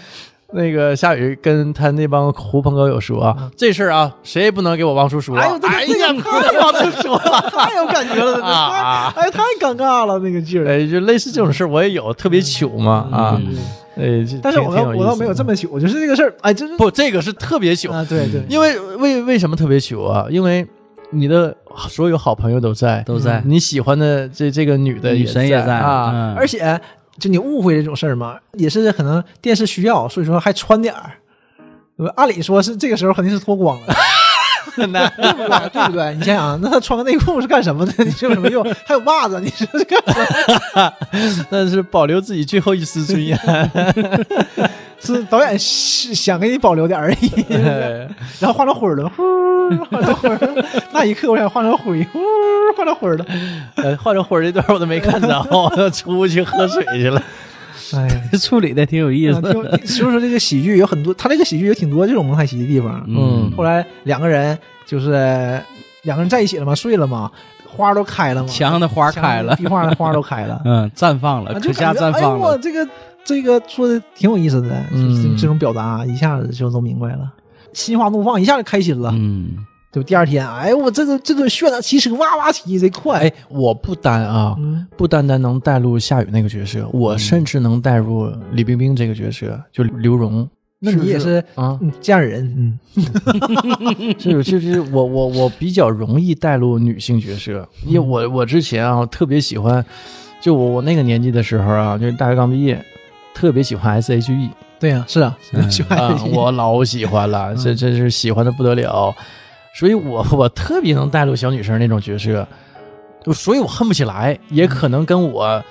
那个夏雨跟他那帮狐朋狗友说啊，这事儿啊，谁也不能给我王叔说啊
嗯哎呦，这个
哎呀，
这个太往出说了， 太有感觉了，
啊
太哎太尴尬了那个劲儿。
哎，就类似这种事儿我也有，特别糗嘛啊，
嗯
哎，这
但是
挺
我
挺
倒
有意
我倒
思
没有
的
这么糗，就是这个事儿，哎，真是
不，嗯这个是特别糗，
啊，对对，
因为为为什么特别糗啊？因为你的所有好朋友都在，嗯
都在，
你喜欢的这这个女的
女神也在
啊，
嗯
而且就你误会这种事儿嘛，也是可能电视需要，所以说还穿点儿。对吧按理说是这个时候肯定是脱光了，
那
对不对？ 对不对？你想想，那他穿个内裤是干什么的？ 你是有什么用？还有袜子，你是干什么？
但是保留自己最后一丝尊严。
是导演是想给你保留点而已。然后画成灰儿了，呼，画成灰儿了。那一刻，我想画成灰，呼，画成灰儿了。
呃，换成火这段我都没看着，我出去喝水去了。
哎呀，
处理的挺有意思
啊挺有
的，
所以说这个喜剧有很多，他这个喜剧有挺多这种蒙太奇的地方。
嗯
后来两个人就是两个人在一起了嘛，睡了嘛，花儿都开了嘛，
墙上的花开 了，，
壁画的花儿都开了
嗯，绽放
啊
了，
就
可下
感觉
绽放
哎呦
了
我，这个这个说的挺有意思的，就是
嗯
这种表达啊一下子就都明白了。心花怒放，一下就开心了，
嗯
对吧？第二天，哎呦，我这顿这顿炫的骑车哇哇骑贼快，
哎，我不单啊，
嗯，
不单单能带入夏雨那个角色，我甚至能带入李冰冰这个角色，就刘荣。
那你也是
啊，
嗯这样人，嗯，
是就是我我我比较容易带入女性角色，因为我我之前啊特别喜欢，就我我那个年纪的时候啊，就是大学刚毕业，特别喜欢 S H E。
对呀、是啊，
嗯
喜 欢
啊，我老喜欢
嗯
了，这真是喜欢的不得了，所以我我特别能带入小女生那种角色，就所以我恨不起来，也可能跟我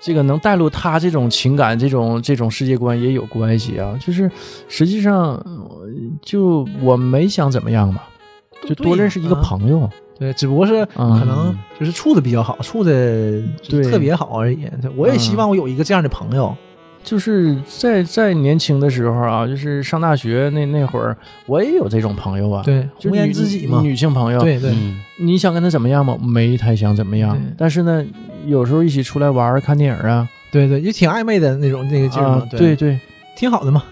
这个能带入她这种情感、这种这种世界观也有关系啊。就是实际上，呃就我没想怎么样吧，就多认识一个
友，
朋友，
啊对，只不过是
嗯
可能就是处的比较好，处的
对嗯啊
特别好而已。对我也希望我有一个这样的朋友，
就是在在年轻的时候啊，就是上大学那那会儿，我也有这种朋友啊，
对，
就
红颜
女
知己嘛，
女性朋友，
对对，
嗯
你想跟他怎么样吗？没太想怎么样
对，
但是呢，有时候一起出来玩儿、看电影啊，
对对，也挺暧昧的那种那个劲儿嘛
啊，，对，对，
挺好的嘛，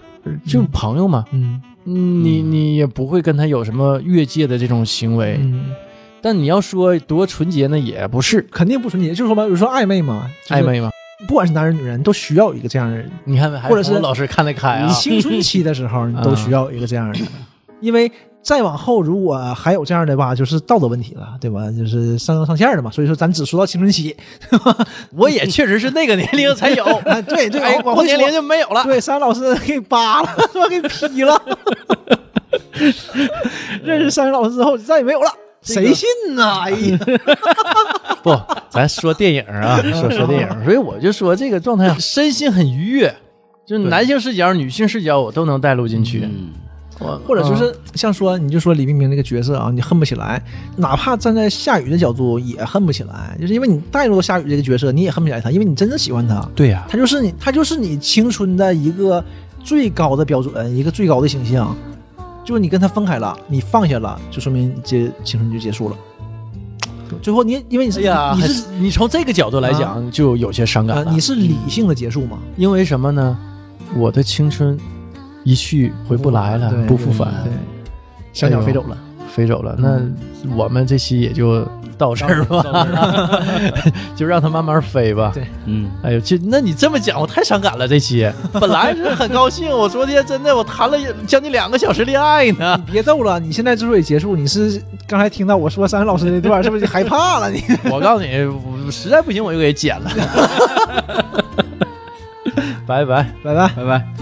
就朋友嘛，
嗯
嗯你你也不会跟他有什么越界的这种行为。
嗯，
但你要说多纯洁呢，也不是
肯定不纯洁，就是说吧，有时候暧昧嘛，就是
暧，昧嘛。
不管是男人女人，都需要有一个这样的人。
你看，还
或者是
冯老师看得开啊啊
你，青春期的时候，你都需要有一个这样的人，因为再往后，如果还有这样的吧，就是道德问题了，对吧？就是上纲上线的嘛。所以说，咱只说到青 春期，对吧？
我也确实是那个年龄才 有，
啊，对对，
哎，
往
过
回
年
说
龄就没有 了。
对，山老师给扒了， 是吧？给 劈了。认识山老师之后，再也没有了，谁信呐？哎呀，
不，咱说电影啊， 说说电影，所以我就说这个状态啊 身心很愉悦，就是男性视角、女性视角我都能带入进去，
嗯，
我
或者就
嗯
是像说，你就说李冰冰那个角色啊，你恨不起来，哪怕站在夏雨的角度也恨不起来，就是因为你带入了夏雨这个角色，你也恨不起来他，因为你真的喜欢他，
对呀、
他就是你，他就是你青春的一个最高的标准，一个最高的形象。就是你跟他分开了，你放下了，就说明你这青春就结束了。最后你因为你是、
哎呀，
你
还
是
是你从这个角度来讲，就有些伤感
啊
了。，
你是理性的结束嘛？
因为什么呢？我的青春一去回不来了，
对
不复返，哎
对，小鸟飞走了。
飞走了。那我们这期也就到这儿吧， 就让它慢慢飞吧。
对
嗯，
哎呦，这那你这么讲，我太伤感了。这 期本来是很高兴，我昨天真的我谈了将近两个小时恋爱呢。
别逗了，你现在之所以结束，你是刚才听到我说三老师那段，是不是害怕了？你
我告诉你，我实 在不行我就给剪了。拜拜。
拜拜。
拜拜。